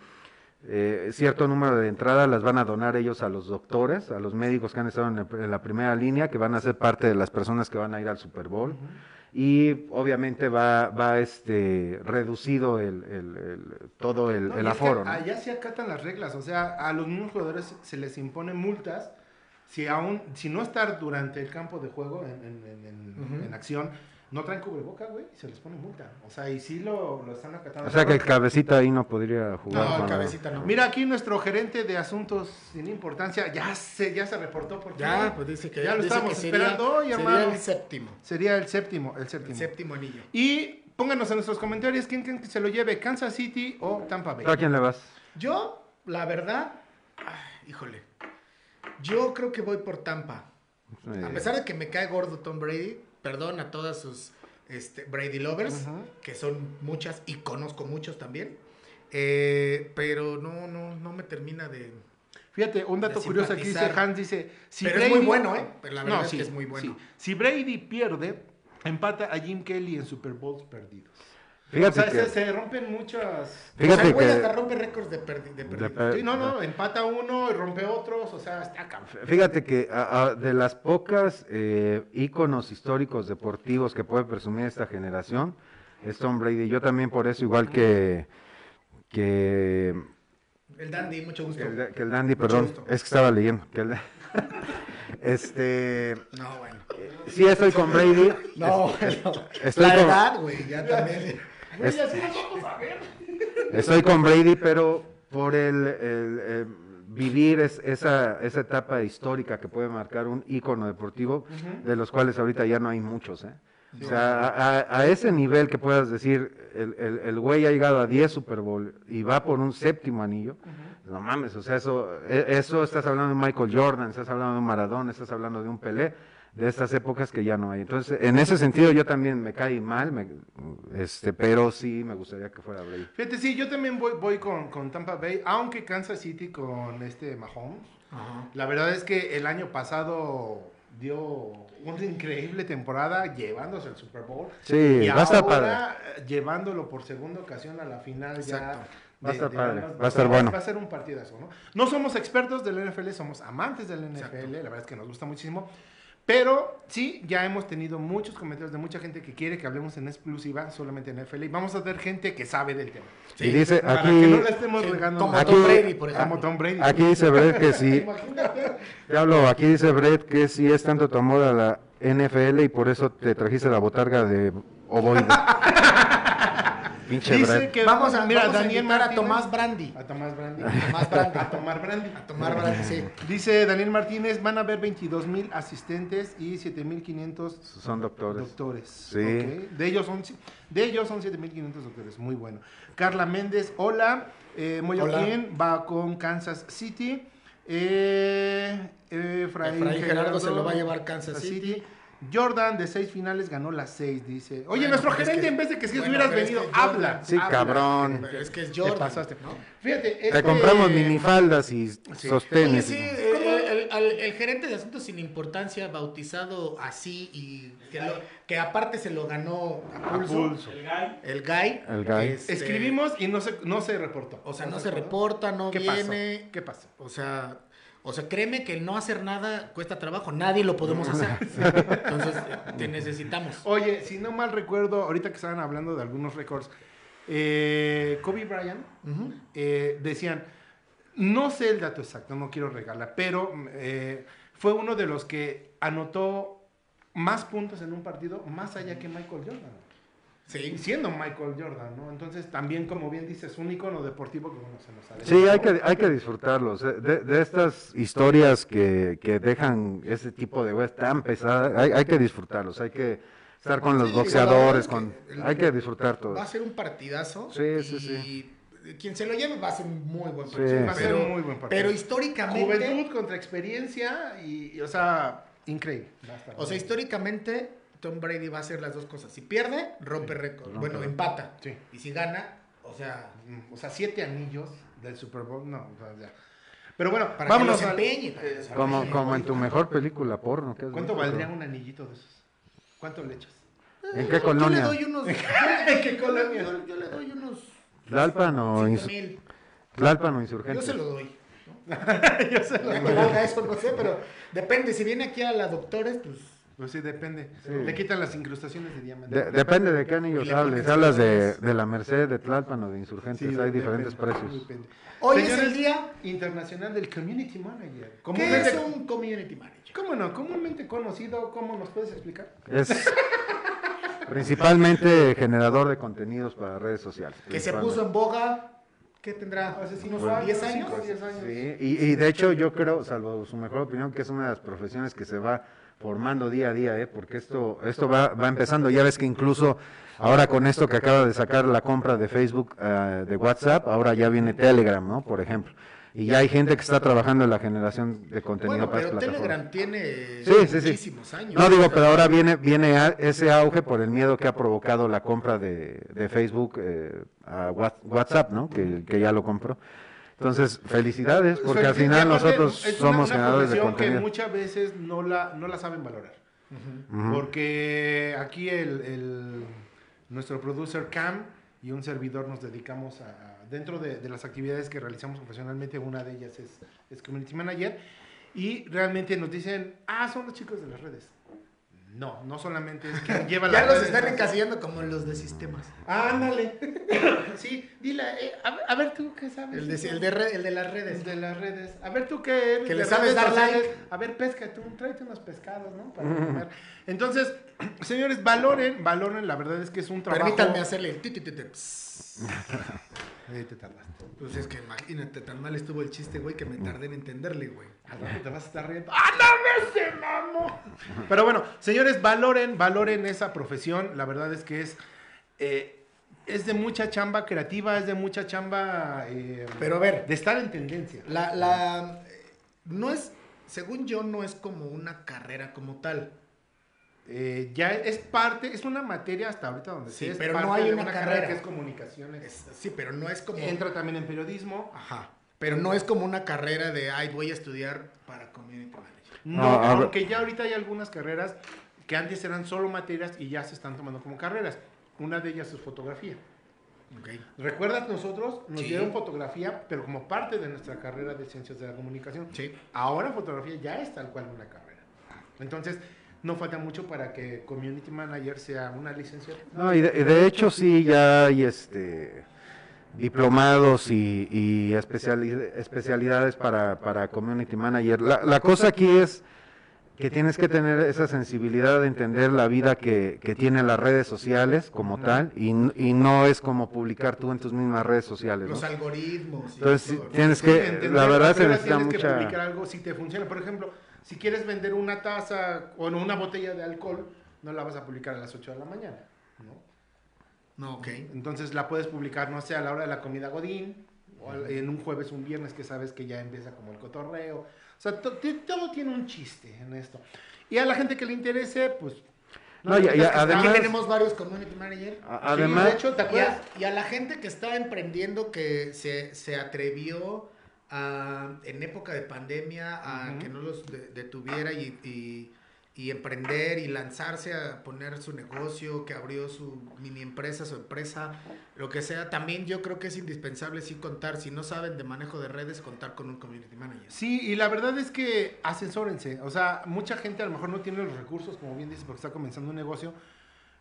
Speaker 3: eh, cierto número de entradas las van a donar ellos a los doctores, a los médicos que han estado en, el- en la primera línea, que van a ser parte de las personas que van a ir al Super Bowl. Y obviamente va, va este, reducido el, el- el- todo el,
Speaker 1: No,
Speaker 3: el
Speaker 1: y es que
Speaker 3: aforo. ¿no?
Speaker 1: Allá se acatan las reglas, o sea, a los mismos jugadores se les imponen multas si aún, si no estar durante el campo de juego en, en- en- en-
Speaker 2: Ujú.
Speaker 1: en acción, no traen cubreboca, güey, y se les pone multa. O sea, y sí lo, lo están acatando.
Speaker 3: O sea que el cabecita ahí no podría jugar.
Speaker 2: No,
Speaker 3: con la-
Speaker 2: cabecita no.
Speaker 1: Mira aquí nuestro gerente de asuntos sin importancia, ya se, ya se reportó porque
Speaker 2: Ya, pues dice que
Speaker 1: Ya lo
Speaker 2: dice
Speaker 1: estábamos
Speaker 2: que sería-
Speaker 1: esperando hoy,
Speaker 2: sería
Speaker 1: hermano.
Speaker 2: el séptimo.
Speaker 1: sería el séptimo, el
Speaker 2: El
Speaker 1: séptimo.
Speaker 2: séptimo anillo.
Speaker 1: Y pónganos en nuestros comentarios quién creen que se lo lleve, Kansas City o Tampa Bay.
Speaker 3: ¿Tú a quién le vas?
Speaker 2: Yo, la verdad, ay, híjole. Yo creo que voy por Tampa. A
Speaker 3: Eh,
Speaker 2: pesar de que me cae gordo Tom Brady, perdón a todas sus este, Brady lovers,
Speaker 1: Ujú.
Speaker 2: que son muchas y conozco muchos también. eh, pero no, no, no me termina de.
Speaker 1: Fíjate, un dato
Speaker 2: De
Speaker 1: curioso aquí dice
Speaker 2: simpatizar.
Speaker 1: Hans, dice, si
Speaker 2: Pero es muy bueno, ¿eh? Pero la verdad es que es muy bueno.
Speaker 1: Si Brady pierde, empata a Jim Kelly en Super Bowls perdidos.
Speaker 3: Fíjate
Speaker 1: o sea,
Speaker 3: que-
Speaker 1: se, se rompen muchas...
Speaker 2: o sea,
Speaker 3: Fíjate
Speaker 2: el güey
Speaker 3: que-
Speaker 2: hasta rompe récords de, perdi- de perdidos.
Speaker 3: per-
Speaker 1: Sí, no, no, empata uno y rompe otros, o sea, está cabrón.
Speaker 3: Fíjate que a- a- de las pocas eh, íconos históricos deportivos que puede presumir esta generación es Tom Brady. Yo también por eso, igual que, que,
Speaker 2: El Dandy, mucho gusto.
Speaker 3: que el, que el Dandy,
Speaker 2: Mucho
Speaker 3: perdón,
Speaker 2: gusto.
Speaker 3: es que estaba leyendo. que el- este,
Speaker 2: No, bueno.
Speaker 3: sí estoy con Brady.
Speaker 2: No,
Speaker 3: estoy
Speaker 2: la
Speaker 3: con-
Speaker 2: edad, güey, ya también.
Speaker 1: Güey,
Speaker 3: Es-
Speaker 1: así nos vamos a ver.
Speaker 3: Estoy con Brady, pero por el, el, eh, vivir es- esa, esa etapa histórica que puede marcar un ícono deportivo, de los cuales ahorita ya no hay muchos. ¿eh? O sea, a, a- a ese nivel que puedas decir, el, el, el güey ha llegado a 10 Super Bowl y va por un séptimo anillo, No mames, o sea, eso, e- eso estás hablando de Michael Jordan, estás hablando de un Maradona, estás hablando de un Pelé, de estas épocas que ya no hay. Entonces, en ese sentido yo también me caí mal, me- este, pero sí me gustaría que fuera Brady.
Speaker 1: Fíjate, sí, yo también voy, voy con, con Tampa Bay, aunque Kansas City con este Mahomes. La verdad es que el año pasado dio una increíble temporada llevándose el Super Bowl.
Speaker 3: Sí,
Speaker 1: y
Speaker 3: va a estar
Speaker 1: ahora, eh, llevándolo por segunda ocasión a la final
Speaker 2: Exacto.
Speaker 1: ya.
Speaker 3: Va a estar padre,
Speaker 1: ambas,
Speaker 3: va a estar bueno.
Speaker 1: Va a ser un partidazo, ¿no? No somos expertos del NFL, somos amantes del NFL, la verdad es que nos gusta muchísimo. Pero sí, ya hemos tenido muchos comentarios de mucha gente que quiere que hablemos en exclusiva solamente en NFL y vamos a tener gente que sabe del tema.
Speaker 3: y dice
Speaker 1: Para que
Speaker 3: aquí,
Speaker 1: no la estemos
Speaker 2: Sí,
Speaker 1: regando.
Speaker 2: como
Speaker 3: Tom Brady,
Speaker 2: por
Speaker 1: Como
Speaker 2: ejemplo.
Speaker 1: Tom Brady.
Speaker 3: aquí dice Brett que sí,
Speaker 1: Imagínate.
Speaker 3: te hablo, aquí dice Brett que sí es tanto tu amor a la NFL y por eso te trajiste la botarga de ovoide. Pinche
Speaker 1: Dice
Speaker 3: Brett.
Speaker 1: que
Speaker 2: vamos a,
Speaker 1: mira,
Speaker 2: vamos a
Speaker 1: Daniel
Speaker 2: invitar a
Speaker 1: Martínez-
Speaker 2: Tomás Brandy.
Speaker 1: A Tomás Brandy.
Speaker 2: Tomás Brandy.
Speaker 1: A tomar Brandy.
Speaker 2: A tomar Brandy, sí.
Speaker 1: Dice Daniel Martínez, van a haber 22 mil asistentes y 7.500
Speaker 3: Son doctores.
Speaker 1: doctores.
Speaker 3: Sí.
Speaker 1: Ok. De ellos son, de ellos son 7.500 doctores. Muy bueno. Carla Méndez, hola. Eh,
Speaker 2: Hola.
Speaker 1: Moyoquín va con Kansas City. Eh, Efraín,
Speaker 2: Efraín Gerardo se lo va a llevar Kansas City.
Speaker 1: Jordan de seis finales ganó las seis, dice. Oye,
Speaker 2: Bueno,
Speaker 1: nuestro
Speaker 2: pero es
Speaker 1: gerente
Speaker 2: que-
Speaker 1: en vez de que si
Speaker 2: bueno,
Speaker 1: hubieras
Speaker 2: pero es
Speaker 1: venido,
Speaker 2: que Jordan-
Speaker 1: habla.
Speaker 3: Sí,
Speaker 2: Ah,
Speaker 1: habla.
Speaker 3: cabrón.
Speaker 2: Pero es que es
Speaker 1: Te
Speaker 2: Jordan.
Speaker 1: pasaste.
Speaker 2: ¿no?
Speaker 1: Fíjate,
Speaker 3: Te
Speaker 1: este-
Speaker 3: compramos minifaldas y
Speaker 2: Oye,
Speaker 3: sostenes.
Speaker 2: sí,
Speaker 3: y-
Speaker 2: eh, el, al- el gerente de asuntos sin importancia, bautizado así y que, lo- que aparte se lo ganó a pulso,
Speaker 1: pulso.
Speaker 4: El guy.
Speaker 2: el guy.
Speaker 3: El guy.
Speaker 2: este,
Speaker 1: Escribimos y no se, no se reportó.
Speaker 2: O sea,
Speaker 1: ¿Estás
Speaker 2: no se
Speaker 1: de acuerdo?
Speaker 2: reporta, no
Speaker 1: ¿Qué
Speaker 2: viene.
Speaker 1: pasó? ¿Qué pasó?
Speaker 2: O sea, o sea, créeme que el no hacer nada cuesta trabajo. Nadie lo podemos hacer. Entonces, te necesitamos.
Speaker 1: Oye, si no mal recuerdo, ahorita que estaban hablando de algunos récords, eh, Kobe Bryant
Speaker 2: Ujú.
Speaker 1: eh, decían, no sé el dato exacto, no quiero regalar, pero eh, fue uno de los que anotó más puntos en un partido, más allá que Michael Jordan. Y
Speaker 2: Sí.
Speaker 1: siendo Michael Jordan, ¿no? Entonces, también, como bien dices, un icono deportivo que uno se nos ha
Speaker 3: Sí, hay que, hay que disfrutarlos. eh, De, de estas historias que, que dejan ese tipo de weas tan pesadas, hay, hay que disfrutarlos. Hay que estar con los
Speaker 2: Sí, la
Speaker 3: boxeadores,
Speaker 2: verdad
Speaker 3: con,
Speaker 2: es que el-
Speaker 3: hay que disfrutar todo.
Speaker 2: Va a ser un partidazo.
Speaker 3: Pues Sí, sí,
Speaker 2: y
Speaker 3: sí.
Speaker 2: Quien se lo lleve va a ser un muy buen
Speaker 3: Sí.
Speaker 2: partido.
Speaker 1: Va a ser
Speaker 2: pero,
Speaker 1: un muy buen partido.
Speaker 2: pero históricamente.
Speaker 1: Juventud contra experiencia y, y, o sea, increíble. Va a estar
Speaker 2: O sea,
Speaker 1: bueno.
Speaker 2: históricamente, Tom Brady va a hacer las dos cosas. Si pierde, rompe récord.
Speaker 3: rompe
Speaker 2: Bueno,
Speaker 3: récord.
Speaker 2: empata.
Speaker 1: Sí.
Speaker 2: Y si gana, o sea,
Speaker 1: Mm, O sea, siete anillos del Super Bowl, no, o sea, ya. Pero bueno,
Speaker 2: para
Speaker 1: vámonos
Speaker 2: que los
Speaker 1: al-
Speaker 2: empeñe. para que los
Speaker 3: Como,
Speaker 2: empeñe.
Speaker 3: como en tu mejor película porno. que has
Speaker 1: ¿Cuánto
Speaker 3: visto,
Speaker 1: valdría
Speaker 3: creo.
Speaker 1: un anillito de esos? ¿Cuánto le echas?
Speaker 3: ¿En qué
Speaker 2: Yo le
Speaker 3: colonia?
Speaker 2: doy unos.
Speaker 1: ¿En qué colonia?
Speaker 2: Yo, yo le doy unos.
Speaker 3: ¿Tlalpan o,
Speaker 2: cinco
Speaker 3: insu-
Speaker 2: mil.
Speaker 3: Tlalpan o
Speaker 2: Yo
Speaker 3: Insurgentes?
Speaker 2: se lo doy. ¿no? yo se lo doy. eso no sé, pero depende. Si viene aquí a la doctores, pues.
Speaker 1: Pues sí, depende.
Speaker 3: Sí.
Speaker 1: Le quitan las incrustaciones de diamante.
Speaker 3: De- depende de qué anillos
Speaker 2: Y le
Speaker 3: hables.
Speaker 2: pones
Speaker 3: Hablas de,
Speaker 2: colores.
Speaker 3: de la Merced, de Tlalpan o de Insurgentes.
Speaker 1: Sí,
Speaker 3: Hay
Speaker 1: depende,
Speaker 3: diferentes precios.
Speaker 1: depende.
Speaker 2: Hoy es
Speaker 1: Señores,
Speaker 2: el día.
Speaker 1: Internacional del Community Manager.
Speaker 2: ¿Qué
Speaker 1: Comúnmente-
Speaker 2: es un community manager?
Speaker 1: ¿Cómo no? Comúnmente conocido, ¿cómo nos puedes explicar?
Speaker 3: Es principalmente generador de contenidos para redes sociales.
Speaker 2: Que se
Speaker 3: principalmente.
Speaker 2: puso en boga. ¿Qué tendrá? Hace
Speaker 1: cinco
Speaker 2: unos
Speaker 1: años,
Speaker 2: 10
Speaker 1: cinco,
Speaker 2: años.
Speaker 1: 10 años.
Speaker 3: Sí, y, y de hecho yo creo, salvo su mejor opinión, que es una de las profesiones que se va formando día a día, ¿eh? porque esto, esto va, va empezando. Ya ves que incluso ahora con esto que acaba de sacar la compra de Facebook, eh, de WhatsApp, ahora ya viene Telegram, ¿no? Por ejemplo. Y ya hay gente que está trabajando en la generación de contenido
Speaker 2: Bueno,
Speaker 3: para las
Speaker 2: pero Telegram
Speaker 3: plataformas.
Speaker 2: tiene
Speaker 3: Sí, sí, sí.
Speaker 2: muchísimos años.
Speaker 3: No digo, pero ahora viene, viene a- ese auge por el miedo que ha provocado la compra de, de Facebook eh, a Whats- WhatsApp, ¿no? Que, que ya lo compró. Entonces, felicidades, porque al
Speaker 1: Soy-
Speaker 3: final
Speaker 1: Pues, aparte,
Speaker 3: nosotros
Speaker 1: es una-
Speaker 3: somos
Speaker 1: una
Speaker 3: generadores de
Speaker 1: profesión que
Speaker 3: contenido.
Speaker 1: muchas veces no la, no la saben valorar.
Speaker 3: Ujú.
Speaker 1: Porque aquí el, el- nuestro producer Cam y un servidor nos dedicamos a, a- dentro de, de las actividades que realizamos profesionalmente, una de ellas es, es Community Manager, y realmente nos dicen, ah, son los chicos de las redes. No, no solamente es que lleva
Speaker 2: Ya
Speaker 1: las
Speaker 2: los
Speaker 1: redes,
Speaker 2: están
Speaker 1: ¿no?
Speaker 2: encasillando como los de sistemas.
Speaker 1: Ándale. sí, dile, eh, a, ver- a ver tú qué sabes.
Speaker 2: El de, el de, re- el de las
Speaker 1: redes,
Speaker 2: redes.
Speaker 1: de las redes. A ver, tú que eres
Speaker 2: Que
Speaker 1: de
Speaker 2: le sabes
Speaker 1: redes
Speaker 2: dar
Speaker 1: sociales,
Speaker 2: like.
Speaker 1: A ver, pesca tú, tráete unos pescados, ¿no? Para comer. Entonces, señores, valoren, valoren. La verdad es que es un trabajo.
Speaker 2: Permítanme hacerle el ti, ti, ti, ti, ps.
Speaker 1: Eh, te tardaste.
Speaker 2: Pues es que imagínate, tan mal estuvo el chiste, güey, que me tardé en entenderle, güey.
Speaker 1: Al rato te vas a estar riendo. ¡Ah, no me se mamó! Pero bueno, señores, valoren, valoren esa profesión. La verdad es que es. eh, es de mucha chamba creativa, es de mucha chamba eh,
Speaker 2: Pero a ver,
Speaker 1: de estar en tendencia.
Speaker 2: La, la- eh, no es, según yo, no es como una carrera como tal.
Speaker 1: Eh, ya es parte, es una materia hasta ahorita donde
Speaker 2: Sí,
Speaker 1: es
Speaker 2: pero
Speaker 1: parte
Speaker 2: no hay
Speaker 1: de
Speaker 2: una carrera.
Speaker 1: que es comunicaciones.
Speaker 2: Es- sí, pero no es como. Ah,
Speaker 1: Entra también en periodismo.
Speaker 2: Ajá. Pero no es como una carrera de, ay, voy a estudiar para community manager.
Speaker 1: No,
Speaker 3: Ah, a ver.
Speaker 1: aunque ya ahorita hay algunas carreras que antes eran solo materias y ya se están tomando como carreras. Una de ellas es fotografía.
Speaker 2: Ok.
Speaker 1: ¿Recuerdas nosotros? Nos
Speaker 2: Sí.
Speaker 1: dieron fotografía, pero como parte de nuestra carrera de ciencias de la comunicación.
Speaker 2: Sí.
Speaker 1: Ahora fotografía ya es tal cual una carrera. Entonces, no falta mucho para que community manager sea una licenciatura.
Speaker 3: No, y de, y de hecho sí, ya hay este, diplomados y, y especiali- especialidades para, para community manager. La, la cosa aquí es que tienes que tener esa sensibilidad de entender la vida que, que tienen las redes sociales como tal y, n- y no es como publicar tú en tus mismas redes sociales.
Speaker 2: Los
Speaker 3: ¿no?
Speaker 2: algoritmos. y
Speaker 3: Entonces, sí,
Speaker 2: todo.
Speaker 3: tienes
Speaker 1: Tienes
Speaker 3: que,
Speaker 1: entender,
Speaker 3: la verdad se
Speaker 1: primero
Speaker 3: necesita
Speaker 1: tienes que publicar
Speaker 3: mucha...
Speaker 1: algo si te funciona. Por ejemplo, si quieres vender una taza o no, una botella de alcohol, no la vas a publicar a las 8 de la mañana, ¿no?
Speaker 2: No, ok.
Speaker 1: Entonces la puedes publicar, no sé, a la hora de la comida Godín, o al- en un jueves, un viernes que sabes que ya empieza como el cotorreo. O sea, to- ti- todo tiene un chiste en esto. Y a la gente que le interese, pues...
Speaker 3: No, ya-
Speaker 1: Aquí
Speaker 3: ya,
Speaker 2: Aquí
Speaker 3: además-
Speaker 1: tenemos-
Speaker 2: tenemos varios community manager.
Speaker 3: a-
Speaker 1: Sí,
Speaker 3: Además,
Speaker 1: de hecho, ¿te
Speaker 2: Y
Speaker 1: acuerdas?
Speaker 2: a, y a la gente que está emprendiendo que se, se atrevió a, en época de pandemia a
Speaker 1: Ujú.
Speaker 2: que no los de- detuviera y, y- y emprender y lanzarse a poner su negocio, que abrió su mini empresa, su empresa, lo que sea, también yo creo que es indispensable sí contar, si no saben de manejo de redes, contar con un community manager.
Speaker 1: Sí, y la verdad es que asesórense. O sea, mucha gente a lo mejor no tiene los recursos, como bien dices, porque está comenzando un negocio.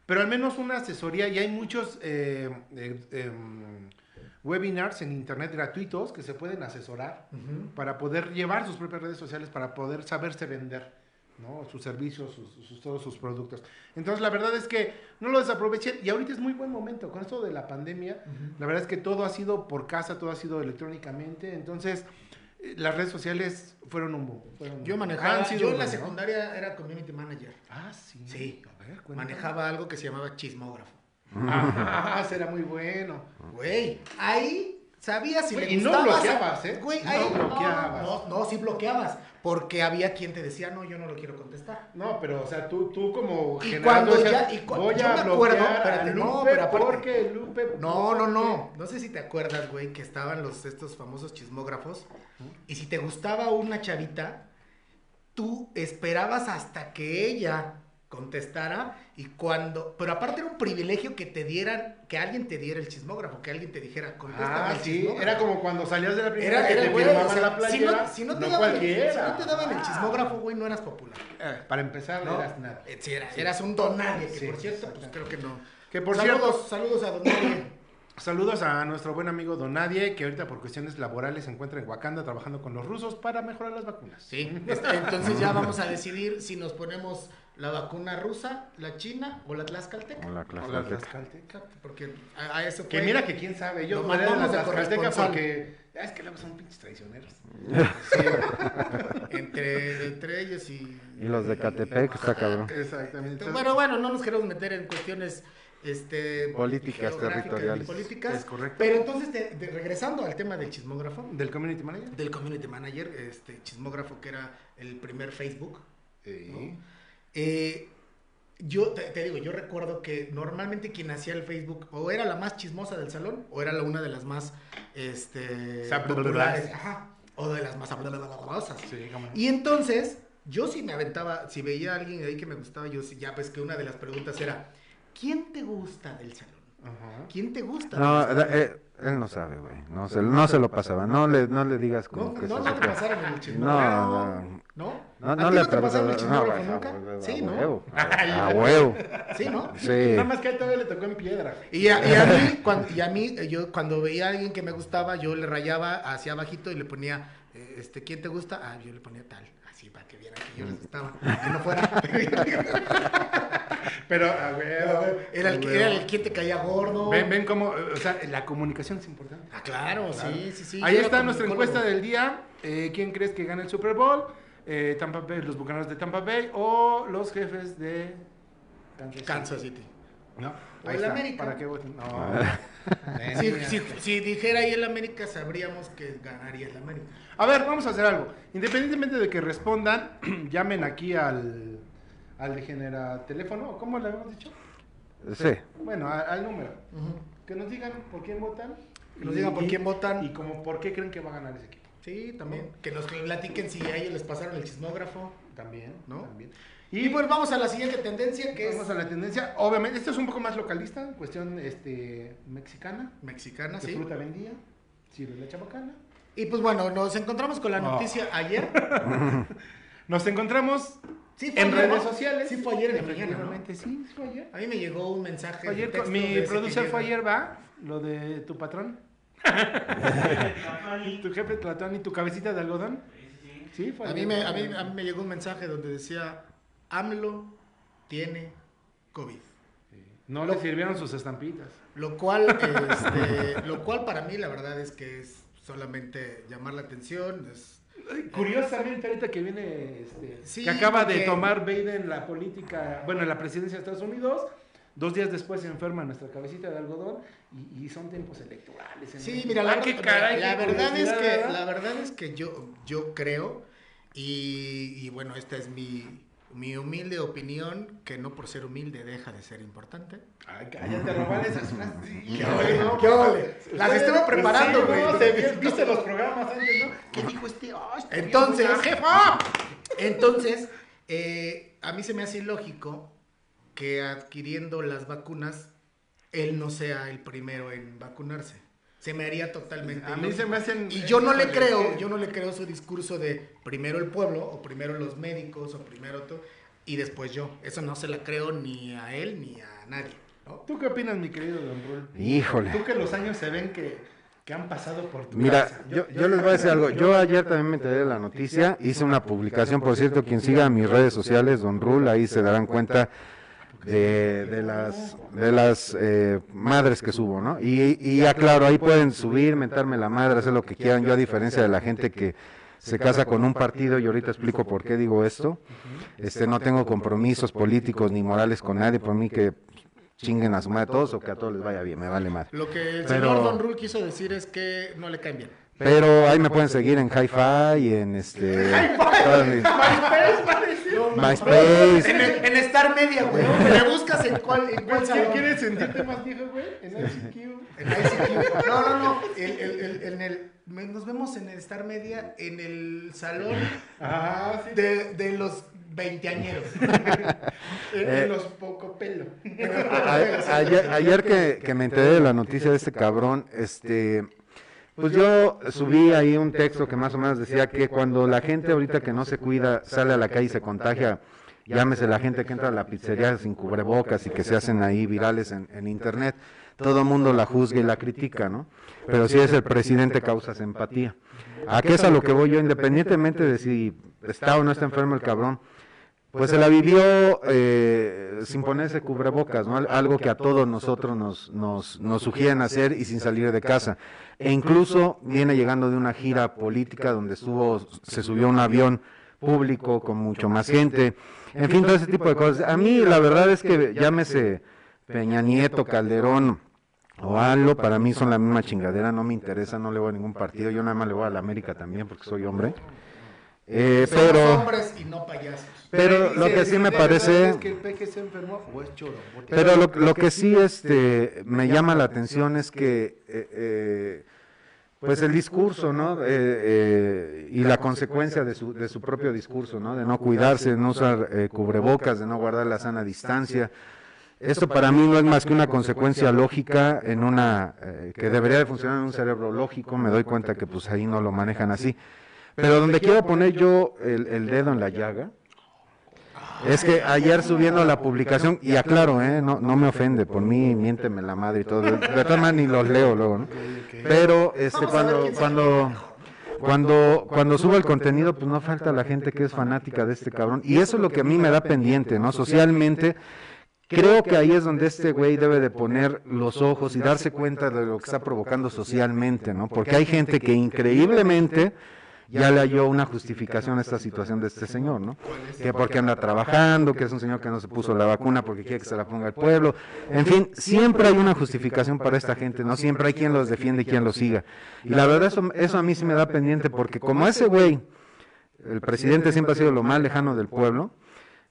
Speaker 1: Pero al menos una asesoría, y hay muchos eh, eh, em, webinars en internet gratuitos que se pueden asesorar
Speaker 2: Ujú.
Speaker 1: para poder llevar sus propias redes sociales, para poder saberse vender, ¿no? Sus servicios, sus, sus- todos sus productos. Entonces, la verdad es que no lo desaprovechen. Y ahorita es muy buen momento. Con esto de la pandemia, la verdad es que todo ha sido por casa, todo ha sido electrónicamente. Entonces, eh, las redes sociales fueron un boom. fueron un
Speaker 2: Yo
Speaker 1: boom.
Speaker 2: manejaba,
Speaker 1: Han sido
Speaker 2: Ah, yo en
Speaker 1: un
Speaker 2: la
Speaker 1: boom, ¿no?
Speaker 2: secundaria era community manager.
Speaker 1: Ah, sí.
Speaker 2: Sí.
Speaker 1: A ver, cuéntame.
Speaker 2: Manejaba algo que se llamaba chismógrafo.
Speaker 1: Ah, será muy bueno.
Speaker 2: Güey, ahí sabías si
Speaker 1: Güey,
Speaker 2: le
Speaker 1: y no
Speaker 2: gustabas a-
Speaker 1: bloqueabas, ¿eh?
Speaker 2: Güey,
Speaker 1: No
Speaker 2: ahí
Speaker 1: bloqueabas.
Speaker 2: No, no, sí bloqueabas. Porque había quien te decía, no, yo no lo quiero contestar.
Speaker 1: No, pero, o sea, tú, tú como
Speaker 2: Y
Speaker 1: generando
Speaker 2: cuando
Speaker 1: esa-
Speaker 2: ya- y cu-
Speaker 1: voy
Speaker 2: yo
Speaker 1: a
Speaker 2: me acuerdo,
Speaker 1: bloquear a
Speaker 2: espérate, no,
Speaker 1: Lupe
Speaker 2: pero aparte-
Speaker 1: porque Lupe...
Speaker 2: No, no, no. No sé si te acuerdas, güey, que estaban los, estos famosos chismógrafos. Y si te gustaba una chavita, tú esperabas hasta que ella contestara y cuando... Pero aparte era un privilegio que te dieran, que alguien te diera el chismógrafo, que alguien te dijera, contéstame
Speaker 1: Ah,
Speaker 2: el
Speaker 1: sí,
Speaker 2: chismógrafo".
Speaker 1: era como cuando salías de la primera
Speaker 2: Era,
Speaker 1: que
Speaker 2: era,
Speaker 1: te
Speaker 2: güey,
Speaker 1: firmaban
Speaker 2: o sea,
Speaker 1: la
Speaker 2: si no-
Speaker 1: playera,
Speaker 2: si no, te
Speaker 1: no
Speaker 2: daban el-
Speaker 1: cualquiera.
Speaker 2: si no te daban el
Speaker 1: Ah.
Speaker 2: chismógrafo, güey, no eras popular.
Speaker 1: Eh, Para empezar, no
Speaker 2: Ah. ¿no?
Speaker 1: eras nada.
Speaker 2: Eh, sí, era- eras un don nadie, que
Speaker 1: Sí,
Speaker 2: por cierto, pues
Speaker 1: exacto.
Speaker 2: creo que no.
Speaker 1: Que por
Speaker 2: saludos,
Speaker 1: cierto,
Speaker 2: saludos a don nadie.
Speaker 1: saludos a nuestro buen amigo Donadie, que ahorita por cuestiones laborales se encuentra en Wakanda trabajando con los rusos para mejorar las vacunas. Mm.
Speaker 2: Sí, este, entonces ya vamos a decidir si nos ponemos la vacuna rusa, la china o la tlaxcalteca.
Speaker 3: Hola,
Speaker 1: Hola,
Speaker 3: clase
Speaker 1: Tlaxcalteca.
Speaker 2: Porque a, a eso fue.
Speaker 1: Que mira que quién sabe, ellos
Speaker 2: Lo
Speaker 1: no eran
Speaker 2: mandamos
Speaker 1: las
Speaker 2: de
Speaker 1: Tlaxcalteca
Speaker 2: corresponsal.
Speaker 1: porque... ah, Es que luego son pinches traicioneros.
Speaker 2: entre, entre ellos y.
Speaker 3: Y los de Catepec, está cabrón.
Speaker 1: Exactamente.
Speaker 2: Entonces, Bueno, bueno, no nos queremos meter en cuestiones este,
Speaker 3: Políticas,
Speaker 2: geográficas
Speaker 3: territoriales.
Speaker 2: y políticas.
Speaker 1: Es correcto.
Speaker 2: Pero entonces, te- de- regresando al tema del chismógrafo,
Speaker 1: ¿Del community manager?
Speaker 2: del community manager, este chismógrafo que era el primer Facebook,
Speaker 1: Sí.
Speaker 2: eh, yo te, te digo, yo recuerdo que normalmente quien hacía el Facebook o era la más chismosa del salón o era la una de las más este,
Speaker 1: Sabrosas.
Speaker 2: populares, ajá, o de las más sabrosas.
Speaker 1: Sí, cómo no.
Speaker 2: Y entonces, yo si me aventaba, si veía a alguien ahí que me gustaba, yo sí, ya pues que una de las preguntas era, ¿quién te gusta del salón?
Speaker 1: Ajá.
Speaker 2: ¿Quién te gusta?
Speaker 3: No,
Speaker 2: del
Speaker 3: da-
Speaker 2: salón?
Speaker 3: eh, él no sabe, güey. No se, no se lo pasaba. No le, no le digas
Speaker 2: No,
Speaker 3: como que
Speaker 2: no, no
Speaker 3: se
Speaker 2: te
Speaker 3: supo.
Speaker 2: pasaron el chismógrafo.
Speaker 3: No,
Speaker 2: ¿No?
Speaker 3: no.
Speaker 2: ¿A
Speaker 3: No,
Speaker 2: ti
Speaker 3: no le
Speaker 2: te pasaron el
Speaker 3: perdonaba.
Speaker 2: chismógrafo
Speaker 3: No, güey,
Speaker 2: nunca?
Speaker 3: a
Speaker 2: sí, ¿no?
Speaker 3: huevo, A huevo.
Speaker 2: Sí, ¿no?
Speaker 3: Sí.
Speaker 1: Nada más que a él todavía le tocó en piedra. güey.
Speaker 2: Y a, y a mí, cuando, y a mí eh, yo, cuando veía a alguien que me gustaba, yo le rayaba hacia abajito y le ponía, eh, este, ¿quién te gusta? Ah, yo le ponía tal, así, para que vieran que yo les gustaba, que no fuera.
Speaker 1: Pero, a ver, a ver,
Speaker 2: era, el,
Speaker 1: a
Speaker 2: que-
Speaker 1: ver.
Speaker 2: era el quien te caía gordo.
Speaker 1: Ven, ven cómo, eh, o sea, la comunicación es importante.
Speaker 2: Ah, claro, sí, sí, sí.
Speaker 1: Ahí
Speaker 2: yo era
Speaker 1: está nuestra
Speaker 2: comunicólogo.
Speaker 1: encuesta del día. Eh, ¿Quién crees que gana el Super Bowl? Eh, Tampa Bay, los Bucaneros de Tampa Bay o los jefes de Kansas City?
Speaker 2: Kansas City.
Speaker 1: No,
Speaker 2: O el América.
Speaker 1: ¿Para qué voten? No.
Speaker 2: Si,
Speaker 1: Venga.
Speaker 2: si- si dijera ahí el América, sabríamos que ganaría el América.
Speaker 1: A ver, vamos a hacer algo. Independientemente de que respondan, llamen aquí al, al de genera teléfono, ¿cómo le habíamos dicho?
Speaker 3: Sí.
Speaker 1: Bueno, a- al número. Que nos digan por quién votan.
Speaker 2: Que nos digan por quién votan.
Speaker 1: Y como por qué creen que va a ganar ese equipo.
Speaker 2: Sí, también. Que nos platiquen si a ellos les pasaron el chismógrafo.
Speaker 1: También,
Speaker 2: ¿No?
Speaker 1: También.
Speaker 2: Y,
Speaker 1: Y,
Speaker 2: pues vamos a la siguiente tendencia que
Speaker 1: vamos
Speaker 2: es
Speaker 1: a la tendencia. Obviamente, esto es un poco más localista, cuestión este, mexicana.
Speaker 2: mexicana,
Speaker 1: Que
Speaker 2: sí.
Speaker 1: fruta vendía, sirve la chabacana.
Speaker 2: Y pues bueno, nos encontramos con la
Speaker 1: No.
Speaker 2: noticia ayer.
Speaker 1: Nos encontramos
Speaker 2: Sí, fue
Speaker 1: en
Speaker 2: ayer, ¿no?
Speaker 1: redes sociales.
Speaker 2: Sí, fue ayer en la mañana. ¿no?
Speaker 1: Efectivamente, sí, fue ayer.
Speaker 2: A mí me llegó un mensaje. de
Speaker 1: Ayer,
Speaker 2: texto de
Speaker 1: mi
Speaker 2: ese que
Speaker 1: producer
Speaker 2: llega.
Speaker 1: fue ayer, ¿va? Lo de tu patrón. Tu jefe Tlatón y tu cabecita de algodón. Sí, fue
Speaker 2: A mí,
Speaker 1: ayer.
Speaker 2: me, a, mí, a mí me llegó un mensaje donde decía: AMLO tiene COVID.
Speaker 1: No le sirvieron sus estampitas.
Speaker 2: Lo cual, este, lo cual para mí la verdad es que es solamente llamar la atención. es-
Speaker 1: Curiosamente, ahorita que viene, este,
Speaker 2: Sí,
Speaker 1: que acaba de
Speaker 2: porque-
Speaker 1: tomar Biden la política, bueno, la presidencia de Estados Unidos, dos días después se enferma nuestra cabecita de algodón y, y son tiempos electorales. en
Speaker 2: Sí,
Speaker 1: México.
Speaker 2: mira, la,
Speaker 1: Ah, qué
Speaker 2: verdad-
Speaker 1: caray,
Speaker 2: la
Speaker 1: qué
Speaker 2: verdad es
Speaker 1: curiosidad,
Speaker 2: que
Speaker 1: ¿verdad?
Speaker 2: la verdad es que yo, yo creo, y, y bueno, esta es mi, mi humilde opinión, que no por ser humilde deja de ser importante.
Speaker 1: Ay, cállate, roban esas frases.
Speaker 2: ¿Qué ole, no? ¿Qué ole? Las estuvo preparando,
Speaker 1: pues Sí, no,
Speaker 2: güey.
Speaker 1: se vi- Viste los programas antes, ¿no? ¿Qué dijo este? Ay, este
Speaker 2: Entonces-
Speaker 1: viejo, ¡Jefa!
Speaker 2: Entonces, eh, a mí se me hace ilógico que adquiriendo las vacunas, él no sea el primero en vacunarse. Se me haría totalmente.
Speaker 1: A mí
Speaker 2: ilógico.
Speaker 1: se me hacen-
Speaker 2: Y yo no le
Speaker 1: híjole,
Speaker 2: creo,
Speaker 1: sí.
Speaker 2: yo no le creo su discurso de primero el pueblo, o primero los médicos, o primero todo, y después yo. Eso no se la creo ni a él ni a nadie. ¿no?
Speaker 1: ¿Tú qué opinas, mi querido Don Rul?
Speaker 3: Híjole.
Speaker 1: Tú que los años se ven que, que han pasado por tu
Speaker 3: Mira,
Speaker 1: casa.
Speaker 3: yo, yo les voy a decir algo. Yo ayer también me enteré de la noticia, hice una publicación, por cierto, quien siga mis redes sociales, Don Rul, ahí se darán cuenta de, de las, de las eh, madres que subo, ¿no? Y, y aclaro, ahí pueden subir, mentarme la madre, hacer lo que quieran. Yo a diferencia de la gente que se casa con un partido, y ahorita explico por qué digo esto, este, no tengo compromisos políticos ni morales con nadie, por mí que chinguen a su madre todos o que a todos les vaya bien, me vale madre.
Speaker 2: Lo que el
Speaker 3: Pero-
Speaker 2: señor Don Rul quiso decir es que no le caen bien.
Speaker 3: Pero ahí me pueden seguir en hi-fi y en este. todas mis-
Speaker 2: En,
Speaker 3: MySpace.
Speaker 2: el- en Star Media, güey. Me buscas en cuál, en cuál
Speaker 1: ¿Qué
Speaker 2: salón.
Speaker 1: quieres sentirte más viejo, güey? En ICQ.
Speaker 2: En ICQ. No, no, no. El- el- el- en el, me- nos vemos en el Star Media, en el salón
Speaker 1: Ah, sí.
Speaker 2: de, de los veinteañeros.
Speaker 1: En,
Speaker 3: Eh.
Speaker 1: en los poco pelo.
Speaker 3: A- a- Ayer, ayer que, que me enteré de la noticia de este cabrón, este. Pues yo subí ahí un texto que más o menos decía que cuando la gente ahorita que no se cuida sale a la calle y se contagia, llámese la gente que entra a la pizzería sin cubrebocas y que se hacen ahí virales en, en internet, todo el mundo la juzga y la critica, ¿no? Pero si es el presidente causas empatía. ¿A qué es a lo que voy yo? Independientemente de si está o no está enfermo el cabrón, Pues se la vivió eh, sin ponerse cubrebocas, ¿no? Al- Algo que a todos nosotros nos, nos, nos sugieren hacer y sin salir de casa. E incluso viene llegando de una gira política donde estuvo, se subió a un avión público con mucho más gente. En fin, todo ese tipo de cosas. A mí la verdad es que llámese Peña Nieto, Calderón o ALO, para mí son la misma chingadera, no me interesa, no le voy a ningún partido. Yo nada más le voy a la América también porque soy hombre. Eh,
Speaker 2: Somos
Speaker 3: pero...
Speaker 2: hombres y no payasos.
Speaker 3: Pero
Speaker 1: Dice,
Speaker 3: lo que sí
Speaker 1: la
Speaker 3: me
Speaker 1: verdad
Speaker 3: parece...
Speaker 1: Es que el peje se enfermó o es chorombote.
Speaker 3: Pero lo, lo que sí este, me llama la atención es que, eh, eh, pues el discurso, ¿no? Eh, eh, y la consecuencia de su, de su propio discurso, ¿no? De no cuidarse, de no usar eh, cubrebocas, de no guardar la sana distancia. Esto para mí no es más que una consecuencia lógica en una eh, que debería de funcionar en un cerebro lógico. Me doy cuenta que pues ahí no lo manejan así. Pero donde quiero poner yo el, el dedo en la llaga, es que ayer subiendo la publicación, y aclaro, ¿eh? no, no me ofende, por mí miénteme la madre y todo, de todas maneras ni los leo luego, ¿no? Pero
Speaker 2: Vamos a
Speaker 3: este,
Speaker 2: ver
Speaker 3: cuando,
Speaker 2: quién se
Speaker 3: cuando, cuando, cuando subo el contenido, pues no falta la gente que es fanática de este cabrón, y eso es lo que a mí me da pendiente, ¿no? Socialmente, creo que ahí es donde este güey debe de poner los ojos y darse cuenta de lo que está provocando socialmente, ¿no? Porque hay gente que increíblemente ya le halló una justificación a esta situación de este señor, ¿no? Que porque anda trabajando, que es un señor que no se puso la vacuna porque quiere que se la ponga el pueblo. En fin, siempre hay una justificación para esta gente, ¿no? Siempre hay quien los defiende y quien los siga. Y la verdad, eso, eso a mí sí me da pendiente porque como ese güey, el presidente siempre ha sido lo más lejano del pueblo,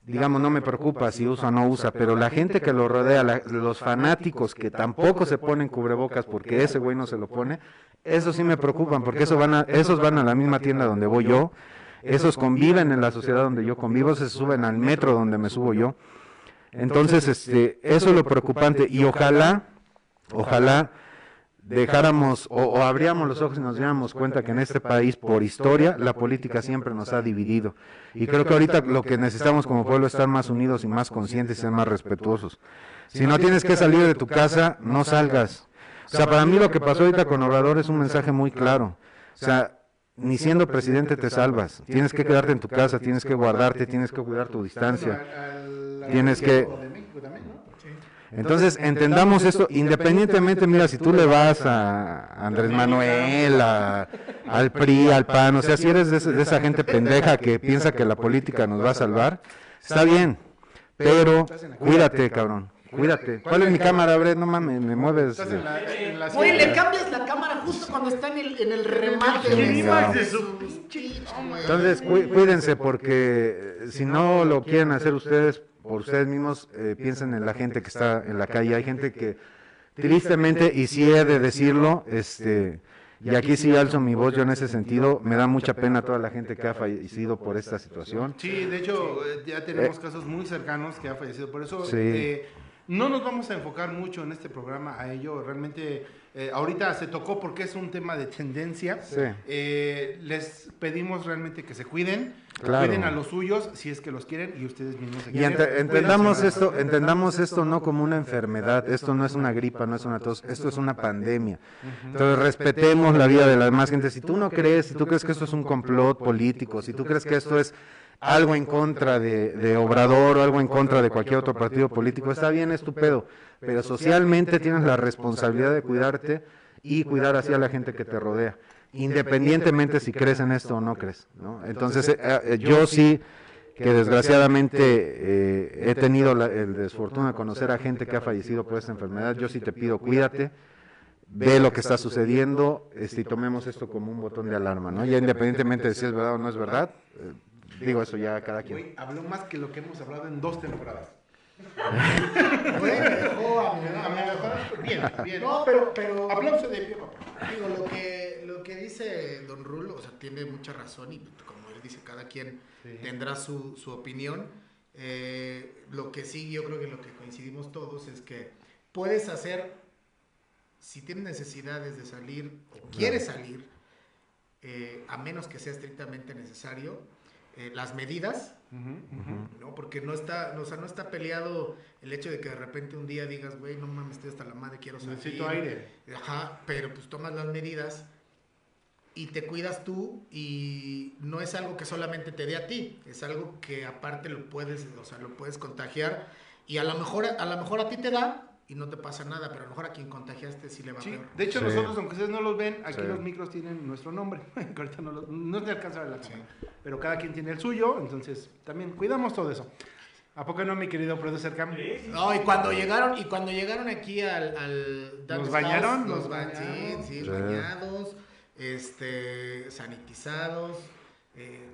Speaker 3: digamos, no me preocupa si usa o no usa, pero la gente que lo rodea, la- los fanáticos que tampoco se ponen cubrebocas porque ese güey no se lo pone, esos sí me preocupan, porque esos van a, esos van a la misma tienda donde voy yo, esos conviven en la sociedad donde yo convivo, se suben al metro donde me subo yo. Entonces, este, eso es lo preocupante y ojalá, ojalá dejáramos o, o abríamos los ojos y nos diéramos cuenta que en este país, por historia, la política siempre nos ha dividido. Y creo que ahorita lo que necesitamos como pueblo es estar más unidos y más conscientes y ser más respetuosos. Si no tienes que salir de tu casa, no salgas. O sea, para mí lo que pasó ahorita con Obrador es un mensaje muy claro. O sea, ni siendo presidente te salvas. Tienes que quedarte en tu casa, tienes que guardarte, tienes que cuidar tu distancia. Tienes que- Entonces, entendamos esto, independientemente, mira, si tú le vas a Andrés Manuel, a- al PRI, al PAN, o sea, si eres de, ese- de esa gente pendeja que piensa que la política nos va a salvar, está bien, pero cuídate, cabrón, cuídate. ¿Cuál es mi cámara, Brett? No mames, me mueves.
Speaker 5: Estás en la, en la
Speaker 6: Oye, le
Speaker 5: silla.
Speaker 6: cambias la cámara justo cuando está en el, en el remate. güey.
Speaker 3: Sí, no.
Speaker 6: de su pinche- no,
Speaker 3: Entonces, cuí- cuídense, porque eh, si no lo quieren hacer ustedes por ustedes mismos, eh, piensen en la gente que está en la calle. Hay gente que, tristemente, y sí he de decirlo, este, y aquí sí alzo mi voz, yo en ese sentido, me da mucha pena toda la gente que ha fallecido por esta situación.
Speaker 2: Sí, de hecho, eh, ya tenemos casos muy cercanos que ha fallecido. Por eso
Speaker 3: Sí.
Speaker 2: eh, no nos vamos a enfocar mucho en este programa a ello. Realmente, eh, ahorita se tocó porque es un tema de tendencia.
Speaker 3: Sí.
Speaker 2: Eh, les pedimos realmente que se cuiden.
Speaker 3: Claro.
Speaker 2: Cuiden a los suyos si es que los quieren y ustedes mismos se
Speaker 3: Y
Speaker 2: quieren.
Speaker 3: ente- entendamos
Speaker 2: Cuídense,
Speaker 3: esto, entendamos esto no como una enfermedad, esto no es una gripa, no es una tos, esto es una pandemia. Entonces respetemos la vida de la demás gente. Si tú no crees, si tú crees que esto es un complot político, si tú crees que esto es algo en contra de, de Obrador o algo en contra de cualquier otro partido político, está bien, estupendo, pero socialmente tienes la responsabilidad de cuidarte y cuidar así a la gente que te rodea, independientemente si crees en esto o no crees. ¿no? Entonces, eh, eh, yo sí que desgraciadamente eh, he tenido la- el desfortuna de conocer a gente que ha fallecido por esta enfermedad. Yo sí te pido, cuídate, ve lo que está sucediendo este, y tomemos esto como un botón de alarma, ¿no? Ya independientemente de si es verdad o no es verdad, eh, digo eso ya a cada quien.
Speaker 2: Güey, habló más que lo que hemos hablado en dos temporadas.
Speaker 5: Güey, me dejó a mi- a mi-
Speaker 2: Bien, bien.
Speaker 5: No, pero, pero
Speaker 2: Aplauso de pie, papá.
Speaker 5: digo, lo que, lo que dice Don Rulo, o sea, tiene mucha razón y como él dice, cada quien tendrá su, su opinión. Eh, lo que sí, yo creo que lo que coincidimos todos es que puedes hacer, si tienes necesidades de salir o quieres salir, eh, a menos que sea estrictamente necesario, eh, las medidas ¿no? Porque no está, no, o sea, no está peleado el hecho de que de repente un día digas, güey, no mames, estoy hasta la madre, quiero salir.
Speaker 2: Necesito aire.
Speaker 5: Ajá, pero pues tomas las medidas y te cuidas tú y no es algo que solamente te dé a ti, es algo que aparte lo puedes, o sea, lo puedes contagiar y a lo mejor a lo mejor a ti te da y no te pasa nada, pero a lo mejor a quien contagiaste sí le va
Speaker 2: Sí,
Speaker 5: peor.
Speaker 2: de hecho
Speaker 3: Sí.
Speaker 2: nosotros, aunque ustedes no los ven, aquí
Speaker 3: Sí.
Speaker 2: los micros tienen nuestro nombre. Que Ahorita no, los, no te alcanza a ver la cámara. Pero cada quien tiene el suyo, entonces también cuidamos todo eso. ¿A poco no, mi querido producer Cam?
Speaker 4: Sí.
Speaker 5: No, y cuando llegaron, y cuando llegaron aquí al, al Dance
Speaker 2: ¿Nos bañaron?
Speaker 5: House,
Speaker 2: ¿Nos
Speaker 5: nos ba-
Speaker 2: bañaron?
Speaker 5: sí, sí,
Speaker 3: Sí.
Speaker 5: bañados, este, sanitizados. eh,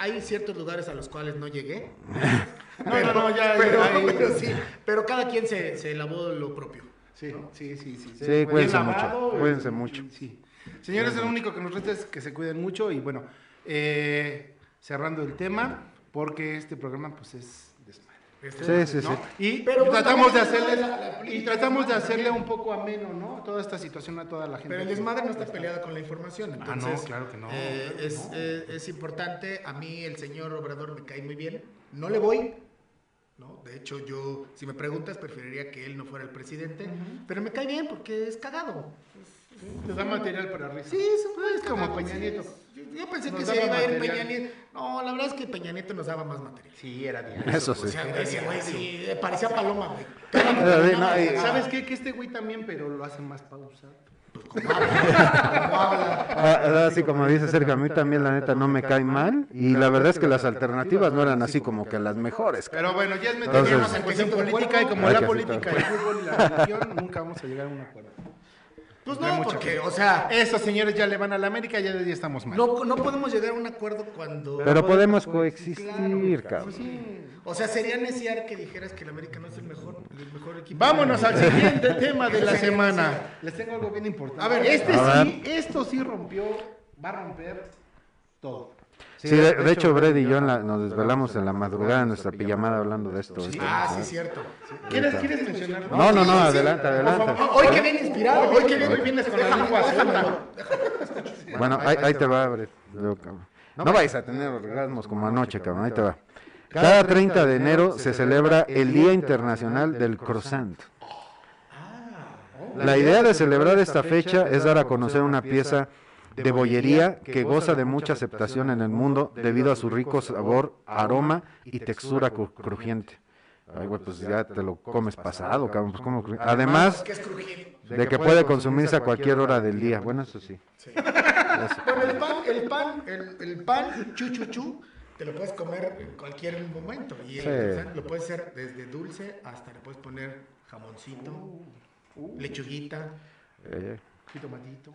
Speaker 5: hay ciertos lugares a los cuales no llegué.
Speaker 2: No, no, no, ya, ya,
Speaker 5: Pero,
Speaker 2: ahí.
Speaker 5: pero sí, pero cada quien se, se lavó lo propio.
Speaker 2: Sí, sí, sí, sí.
Speaker 3: Sí, cuídense mucho,
Speaker 2: eh,
Speaker 3: cuídense mucho.
Speaker 2: Sí. Señores, lo único que nos resta es que se cuiden mucho y bueno, eh, cerrando el tema, porque este programa pues es desmadre.
Speaker 5: Este,
Speaker 3: Sí, sí, sí.
Speaker 2: ¿no? Y
Speaker 5: Pero, pues,
Speaker 2: tratamos de
Speaker 5: también es
Speaker 2: hacerle
Speaker 5: la- la
Speaker 2: y
Speaker 5: política
Speaker 2: tratamos de
Speaker 5: también.
Speaker 2: hacerle un poco ameno, ¿no? Toda esta situación a toda la gente.
Speaker 5: Pero el
Speaker 2: que-
Speaker 5: desmadre no está peleado con la información.
Speaker 2: Ah, no,
Speaker 5: Entonces,
Speaker 2: claro que no,
Speaker 5: eh,
Speaker 2: claro que
Speaker 5: es,
Speaker 2: no.
Speaker 5: eh, es importante. A mí el señor Obrador me cae muy bien. No le voy. ¿no? De hecho, yo, si me preguntas, preferiría que él no fuera el presidente. Pero me cae bien porque es cagado.
Speaker 2: Te da material para risa.
Speaker 5: Sí, es, un güey
Speaker 2: Es como
Speaker 5: cagado,
Speaker 2: Peña
Speaker 5: sí,
Speaker 2: Nieto.
Speaker 5: es- Yo, yo pensé
Speaker 2: Nos
Speaker 5: que
Speaker 2: daba
Speaker 5: se iba a ir
Speaker 2: material.
Speaker 5: Peña Nieto. No, la verdad es que Peña Nieto nos daba más material.
Speaker 2: Sí, era bien.
Speaker 3: Eso
Speaker 5: O
Speaker 3: sí.
Speaker 5: sea, güey, ese güey sí, eh, parecía paloma, güey. Cada que
Speaker 3: Pero,
Speaker 5: caminaba,
Speaker 3: no, y-
Speaker 2: eh,
Speaker 5: cagaba.
Speaker 2: ¿Sabes qué? Que este güey también, pero lo hace más pausa.
Speaker 5: Pues,
Speaker 3: Ah, ah, Así como dice Sergio, a mí también la neta no me cae mal. Y la verdad es que las alternativas no eran así como que las mejores.
Speaker 2: Pero bueno, ya es
Speaker 3: Entonces-
Speaker 2: meternos en cuestión
Speaker 5: pues,
Speaker 2: política y como
Speaker 3: Hay
Speaker 2: la
Speaker 3: que
Speaker 2: política, el
Speaker 3: aceptar.
Speaker 2: fútbol y la religión, nunca vamos a llegar a un acuerdo.
Speaker 5: Pues
Speaker 2: Hay
Speaker 5: no,
Speaker 2: mucho.
Speaker 5: porque, o sea,
Speaker 2: Esos señores ya le van a la América, ya de día estamos mal.
Speaker 5: no, no podemos llegar a un acuerdo cuando.
Speaker 3: Pero podemos coexistir, cabrón.
Speaker 5: O sea, sería neciar que dijeras que el América no es el mejor, el mejor equipo.
Speaker 2: Vámonos al siguiente tema de la
Speaker 5: Sí, sí,
Speaker 2: semana.
Speaker 5: sí.
Speaker 2: Les tengo algo bien importante.
Speaker 5: A ver,
Speaker 2: este
Speaker 3: a
Speaker 2: sí, esto sí rompió, va a romper todo.
Speaker 3: Sí, de, de hecho, Brady y yo en la- nos desvelamos en la madrugada en nuestra pijamada hablando de esto. este, esto,
Speaker 5: Ah, sí,
Speaker 3: esto.
Speaker 5: cierto.
Speaker 2: ¿Quieres, ¿quieres mencionarlo?
Speaker 3: No, no, no, adelante, adelante.
Speaker 5: Hoy que viene inspirado, hoy que
Speaker 2: Hoy
Speaker 5: viene.
Speaker 2: vienes con la lengua azul.
Speaker 3: Bueno, ahí, ahí te va, Brett. Yo, cabrón. No vais a tener orgasmos como anoche, cabrón. Ahí te va. Cada 30 de enero se celebra el Día Internacional del Croissant. La idea de celebrar esta fecha es dar a conocer una pieza de bollería que goza de mucha aceptación en el mundo debido a su rico sabor, aroma y textura cru- crujiente. Ay, güey, pues ya te lo comes pasado, cabrón. pues, ¿cómo cru- Además,
Speaker 5: Que es crujiente.
Speaker 3: de que puede consumirse a cualquier hora del día. Bueno, eso sí.
Speaker 5: Bueno, el pan, el pan, el, el pan, chu, chu, chu, te lo puedes comer en cualquier momento. Y el
Speaker 3: Sí.
Speaker 5: croissant lo puedes hacer desde dulce hasta le puedes poner jamoncito, lechuguita,
Speaker 3: Uh, Eh,
Speaker 2: Jitomatito,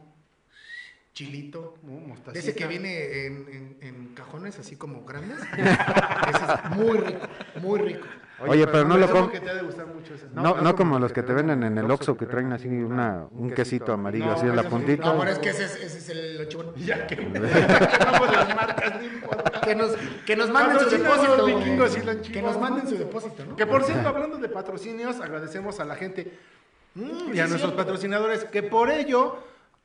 Speaker 5: chilito.
Speaker 2: no,
Speaker 3: pues
Speaker 2: mostacita.
Speaker 5: De ese que viene en, en- en cajones así como grandes. Ese es muy rico, muy rico.
Speaker 3: Oye, pero no lo
Speaker 2: Presumo
Speaker 3: com-
Speaker 2: que te ha de gustar mucho ese.
Speaker 3: No, no como los que te venden en el Oxxo que traen así una, un quesito amarillo
Speaker 2: No,
Speaker 3: así en la
Speaker 2: esos son-
Speaker 3: puntita.
Speaker 5: No, pero es que ese es, ese es el ochón.
Speaker 2: Ya que vamos las marcas, no importa.
Speaker 5: Que nos, que nos manden su
Speaker 2: Patrocinan los
Speaker 5: depósito.
Speaker 2: vikingos y los
Speaker 5: güey. Que
Speaker 2: chinos.
Speaker 5: nos manden su depósito, ¿no?
Speaker 2: Que por cierto, hablando de patrocinios, agradecemos a la gente mm, y a nuestros patrocinadores que por ello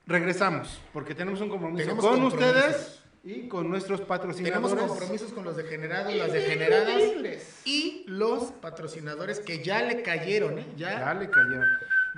Speaker 2: regresamos, porque tenemos un compromiso
Speaker 5: Tenemos
Speaker 2: con
Speaker 5: compromisos.
Speaker 2: ustedes y con nuestros
Speaker 5: Tenemos
Speaker 2: patrocinadores.
Speaker 5: compromisos con los degenerados, las degeneradas y los patrocinadores que ya le cayeron, ¿eh? Ya.
Speaker 2: Dale, cayeron.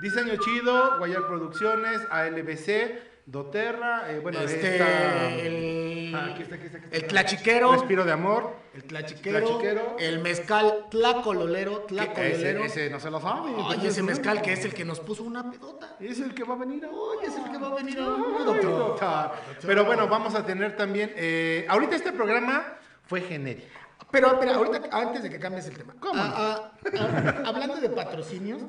Speaker 2: Diseño Chido, Guayar Producciones, ALBC, Doterra, eh, bueno,
Speaker 5: este,
Speaker 2: esta-
Speaker 5: el,
Speaker 2: Ah, aquí está, aquí está, aquí está.
Speaker 5: el tlachiquero,
Speaker 2: Respiro de Amor.
Speaker 5: el tlachiquero,
Speaker 2: Tlachiquero.
Speaker 5: el mezcal tlacololero,
Speaker 2: Que
Speaker 5: tlacololero.
Speaker 2: no se lo sabe.
Speaker 5: Ay, ese mezcal que es el que nos puso una pedota.
Speaker 2: Es el que va a venir hoy,
Speaker 5: Es el que va a venir
Speaker 2: Ay,
Speaker 5: a doctor.
Speaker 2: doctor. Pero bueno, vamos a tener también. eh, ahorita este programa fue genérico.
Speaker 5: Pero, espera, ahorita, antes de que cambies el tema. Ah, ah, ah, hablando de patrocinios,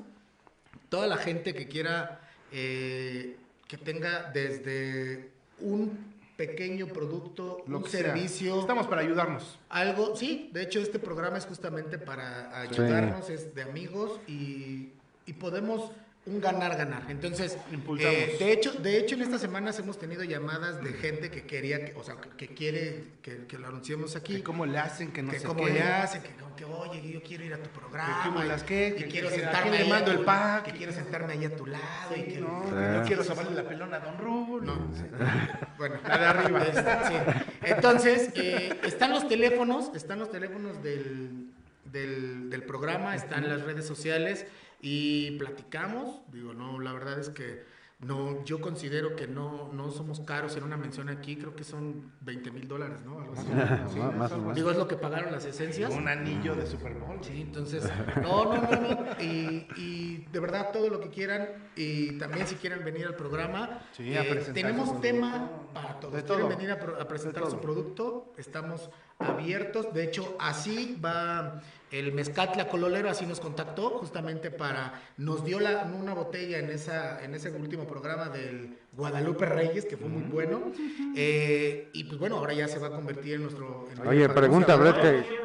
Speaker 5: toda la gente que quiera, eh, que tenga desde un pequeño producto,
Speaker 2: Lo
Speaker 5: un
Speaker 2: que sea.
Speaker 5: servicio,
Speaker 2: Estamos para ayudarnos.
Speaker 5: algo, sí, de hecho este programa es justamente para ayudarnos, es de amigos y, y podemos un ganar ganar. Entonces,
Speaker 2: Impulsamos.
Speaker 5: eh, de hecho, de hecho en estas semanas hemos tenido llamadas de gente que quería, que- o sea, que, que quiere que, que lo anunciemos aquí.
Speaker 2: Que cómo le hacen que no
Speaker 5: que
Speaker 2: sé
Speaker 5: como
Speaker 2: qué.
Speaker 5: le hacen, que, como que oye, yo quiero ir a tu programa.
Speaker 2: Que cómo
Speaker 5: y-
Speaker 2: las qué,
Speaker 5: y
Speaker 2: que-
Speaker 5: quiero
Speaker 2: que- que- ¿a quién
Speaker 5: sentarme
Speaker 2: le
Speaker 5: ahí a
Speaker 2: mando
Speaker 5: tu-
Speaker 2: el pack?
Speaker 5: Que quiero sentarme ahí a tu lado. y que "Ah".
Speaker 2: No,
Speaker 5: Sí.
Speaker 2: que no quiero sacarle la pelona a Don Rulo.
Speaker 5: No, sí. bueno,
Speaker 2: La de arriba.
Speaker 5: es- Este, sí. Entonces, eh, están los teléfonos, están los teléfonos del, del, del programa, están las redes sociales y platicamos. Digo, no, la verdad es que no, yo considero que no, no somos caros en una mención aquí, creo que son 20 mil dólares, ¿no? Algo así. Sí.
Speaker 3: más- más o menos.
Speaker 5: Digo, es lo que pagaron las esencias.
Speaker 2: Un anillo de Super Bowl.
Speaker 5: Sí, entonces, no, no, no, no. Y, y de verdad, todo lo que quieran. Y también si quieren venir al programa, eh,
Speaker 2: Sí, a presentar su
Speaker 5: tenemos
Speaker 2: producto.
Speaker 5: tema para todos.
Speaker 2: De todo.
Speaker 5: Quieren venir a, pro- a presentar su producto, estamos abiertos. De hecho, así va el Mezcal Tlacololero, así nos contactó justamente para, nos dio la- una botella en, esa, en ese último programa del Guadalupe Reyes, que fue muy bueno. Eh, y pues bueno, ahora ya se va a convertir en nuestro... en
Speaker 3: Oye,
Speaker 5: nuestro
Speaker 3: pregunta,
Speaker 5: patrocinador.
Speaker 3: Brett, que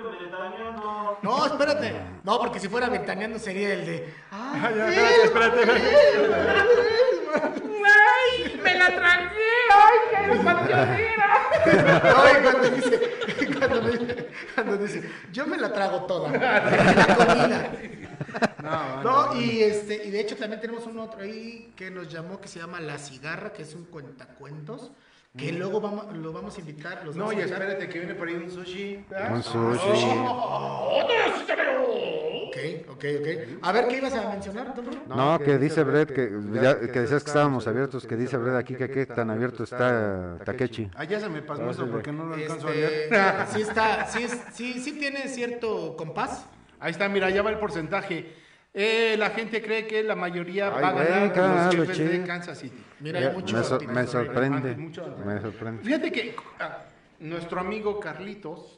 Speaker 5: No, espérate. No, porque si fuera ventaneando sería el de.
Speaker 2: Ah, ya, espérate, espérate, espérate.
Speaker 7: ¡Ay! ¡Me la tragué! ¡Ay, qué repartidera!
Speaker 5: Ay, cuando dice, cuando dice, cuando dice, yo me la trago toda. La comida.
Speaker 2: No,
Speaker 5: No, y este, y de hecho también tenemos un otro ahí que nos llamó que se llama La Cigarra, que es un cuentacuentos, que luego vamos, lo vamos a invitar. Los
Speaker 2: Mm. No,
Speaker 5: vamos
Speaker 2: y
Speaker 5: a invitar.
Speaker 2: espérate que viene por ahí un sushi. Ah, oh.
Speaker 3: Un sushi.
Speaker 5: Ok, ok, ok. A ver, ¿qué ibas a mencionar, don Bruno?
Speaker 3: No, que dice Brett que, ya- que decías que estábamos abiertos, que dice Brett aquí que qué tan abierto está Takechi.
Speaker 2: Allá Ah, se me pasó eso porque no lo alcanzo
Speaker 5: Este,
Speaker 2: a leer.
Speaker 5: sí está, sí, es- sí, sí tiene cierto compás.
Speaker 2: Ahí está, mira, ya va el porcentaje. eh, la gente cree que la mayoría
Speaker 3: Ay,
Speaker 2: va a
Speaker 3: güey,
Speaker 2: ganar
Speaker 3: claro,
Speaker 2: los jefes
Speaker 3: chido.
Speaker 2: de Kansas City. Mira,
Speaker 3: Ya,
Speaker 2: hay muchos
Speaker 3: me, so-
Speaker 2: optimistas,
Speaker 3: me sorprende.
Speaker 2: hay muchos-
Speaker 3: Me sorprende.
Speaker 2: Fíjate que ah, nuestro amigo Carlitos,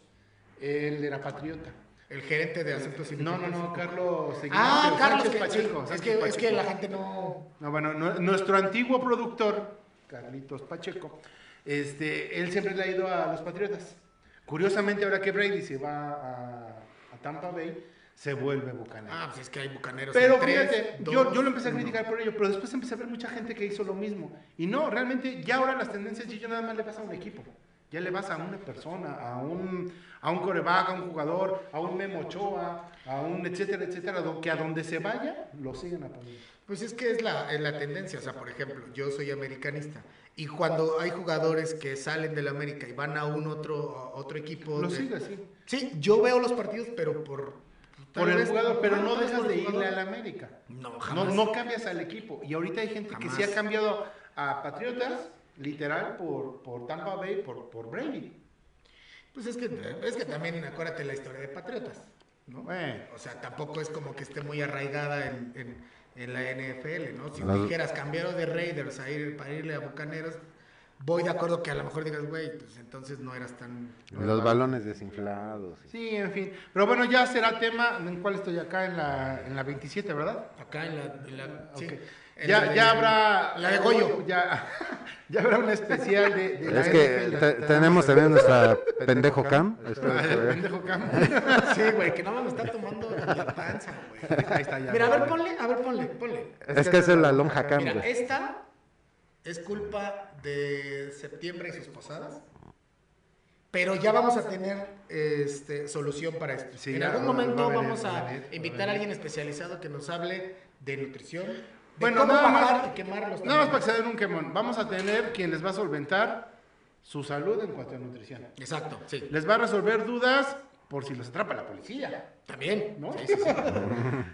Speaker 2: él era patriota.
Speaker 5: El gerente este de asuntos
Speaker 2: No, no, no, Carlos.
Speaker 5: Ah,
Speaker 2: Ignacio
Speaker 5: Carlos,
Speaker 2: Sánchez
Speaker 5: que-
Speaker 2: Pacheco.
Speaker 5: es,
Speaker 2: Sánchez
Speaker 5: que, es que
Speaker 2: Pacheco.
Speaker 5: la gente no...
Speaker 2: No, bueno, nu- nuestro antiguo productor, Carlitos Pacheco, este, él siempre le ha ido a los Patriotas. Curiosamente, ahora que Brady se va a, a Tampa Bay, se vuelve bucanero.
Speaker 5: Ah, pues es que hay bucaneros.
Speaker 2: pero
Speaker 5: en tres,
Speaker 2: fíjate,
Speaker 5: dos,
Speaker 2: yo, yo lo empecé a
Speaker 5: uno.
Speaker 2: criticar por ello, pero después empecé a ver mucha gente que hizo lo mismo. Y no, realmente ya ahora las tendencias ya nada más le vas a un equipo. Ya le vas a una persona, a un, a un coreback, a un jugador, a un Memo Ochoa, a un etcétera, etcétera, do- que a donde se vaya, lo siguen apoyando.
Speaker 5: Pues es que es la, es la tendencia, o sea, por ejemplo, yo soy americanista y cuando hay jugadores que salen del América y van a un otro, a otro equipo...
Speaker 2: Lo
Speaker 5: de-
Speaker 2: sigue así.
Speaker 5: Sí, yo veo los partidos, pero por...
Speaker 2: Por
Speaker 5: tal
Speaker 2: el
Speaker 5: vez-
Speaker 2: jugador, pero no
Speaker 5: tal vez
Speaker 2: dejas
Speaker 5: por
Speaker 2: de
Speaker 5: el
Speaker 2: irle
Speaker 5: jugador.
Speaker 2: a la América.
Speaker 5: No,
Speaker 2: No,
Speaker 5: jamás.
Speaker 2: no cambias al equipo. Y ahorita hay gente que sí
Speaker 5: Jamás.
Speaker 2: ha cambiado a Patriotas, literal, por, por Tampa Bay, por, por Brady.
Speaker 5: Pues es que, es que también acuérdate la historia de Patriotas, ¿no?
Speaker 2: Bueno.
Speaker 5: O sea, tampoco es como que esté muy arraigada en, en- en la NFL, ¿no? Si
Speaker 3: Las-
Speaker 5: dijeras cambiaron de Raiders a ir, para irle a Bucaneros, voy de acuerdo que a lo mejor digas, güey, pues entonces no eras tan...
Speaker 3: Los balones desinflados.
Speaker 2: Sí, en fin. Pero bueno, ya será tema en cuál estoy acá, en la, en la 27, ¿verdad?
Speaker 5: Acá en la... en la- sí,
Speaker 2: Ok.
Speaker 5: en la
Speaker 2: Ya,
Speaker 5: de-
Speaker 2: ya habrá.
Speaker 5: La de Goyo.
Speaker 2: Ya, ya habrá un especial de, de la
Speaker 3: Es que
Speaker 2: NFL.
Speaker 3: te- tenemos también nuestra pendejo cam.
Speaker 2: Ah,
Speaker 3: espero que
Speaker 2: el
Speaker 3: vean.
Speaker 2: pendejo Cam.
Speaker 5: Sí, güey, que nada más me está tomando la panza, güey.
Speaker 2: Ahí está ya.
Speaker 5: Mira, a ver, ponle, a ver, ponle, ponle.
Speaker 3: Es que esa es la lonja cam,
Speaker 5: Mira,
Speaker 3: güey.
Speaker 5: esta es culpa de septiembre y sus posadas. Pero ya vamos a tener este, solución para esto.
Speaker 2: Sí,
Speaker 5: en
Speaker 2: ya,
Speaker 5: algún
Speaker 2: va- va a
Speaker 5: momento
Speaker 2: venir,
Speaker 5: vamos
Speaker 2: va
Speaker 5: a
Speaker 2: a venir, va a
Speaker 5: invitar a
Speaker 2: venir.
Speaker 5: alguien especializado que nos hable de nutrición, de
Speaker 2: Bueno,
Speaker 5: cómo
Speaker 2: nada
Speaker 5: bajar
Speaker 2: más-
Speaker 5: y quemar los
Speaker 2: Nada más para
Speaker 5: tamales.
Speaker 2: que se den un quemón. Vamos a tener quien les va a solventar su salud en cuanto a nutrición.
Speaker 5: Exacto, sí.
Speaker 2: Les va a resolver dudas por si los atrapa la policía.
Speaker 5: También,
Speaker 2: ¿No?
Speaker 5: Sí, sí, sí.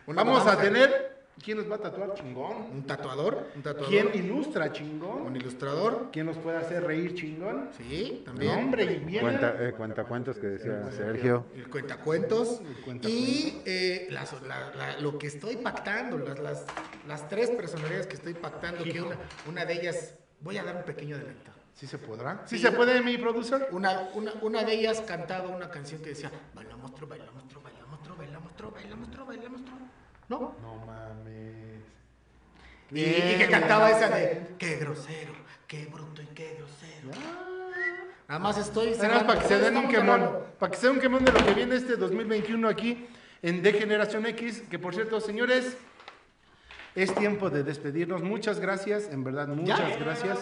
Speaker 5: Una-
Speaker 2: Vamos a tener quién nos va a tatuar chingón.
Speaker 5: un tatuador, un tatuador,
Speaker 2: ¿Quién ilustra
Speaker 5: un
Speaker 2: chingón?
Speaker 5: ilustrador,
Speaker 2: ¿Quién nos puede hacer reír chingón?
Speaker 5: sí,
Speaker 2: No,
Speaker 5: también.
Speaker 2: hombre, y viene-
Speaker 3: Cuenta, eh, cuentacuentos que decía Sergio.
Speaker 5: El cuentacuentos
Speaker 2: cuentacuentos.
Speaker 5: y eh, las- la- la- lo que estoy pactando, las, las, las tres personalidades que estoy pactando, que una, una de ellas, voy a dar un pequeño adelanto.
Speaker 2: ¿Sí se podrá? ¿Sí se puede, mi producer?
Speaker 5: Una, una, una de ellas cantaba una canción que decía, baila monstruo, baila monstruo, baila monstruo, baila monstruo, baila monstruo, baila monstruo. ¿No?
Speaker 2: No mames.
Speaker 5: Y, y que cantaba esa de, qué grosero, qué bruto y qué grosero. Nada más estoy...
Speaker 2: Nada más para que se den un
Speaker 5: Estamos
Speaker 2: quemón.
Speaker 5: cerrando.
Speaker 2: Para que se den un quemón de lo que viene este 2021 aquí en De Generación X. Que por cierto, señores, es tiempo de despedirnos. Muchas gracias, en verdad, muchas gracias.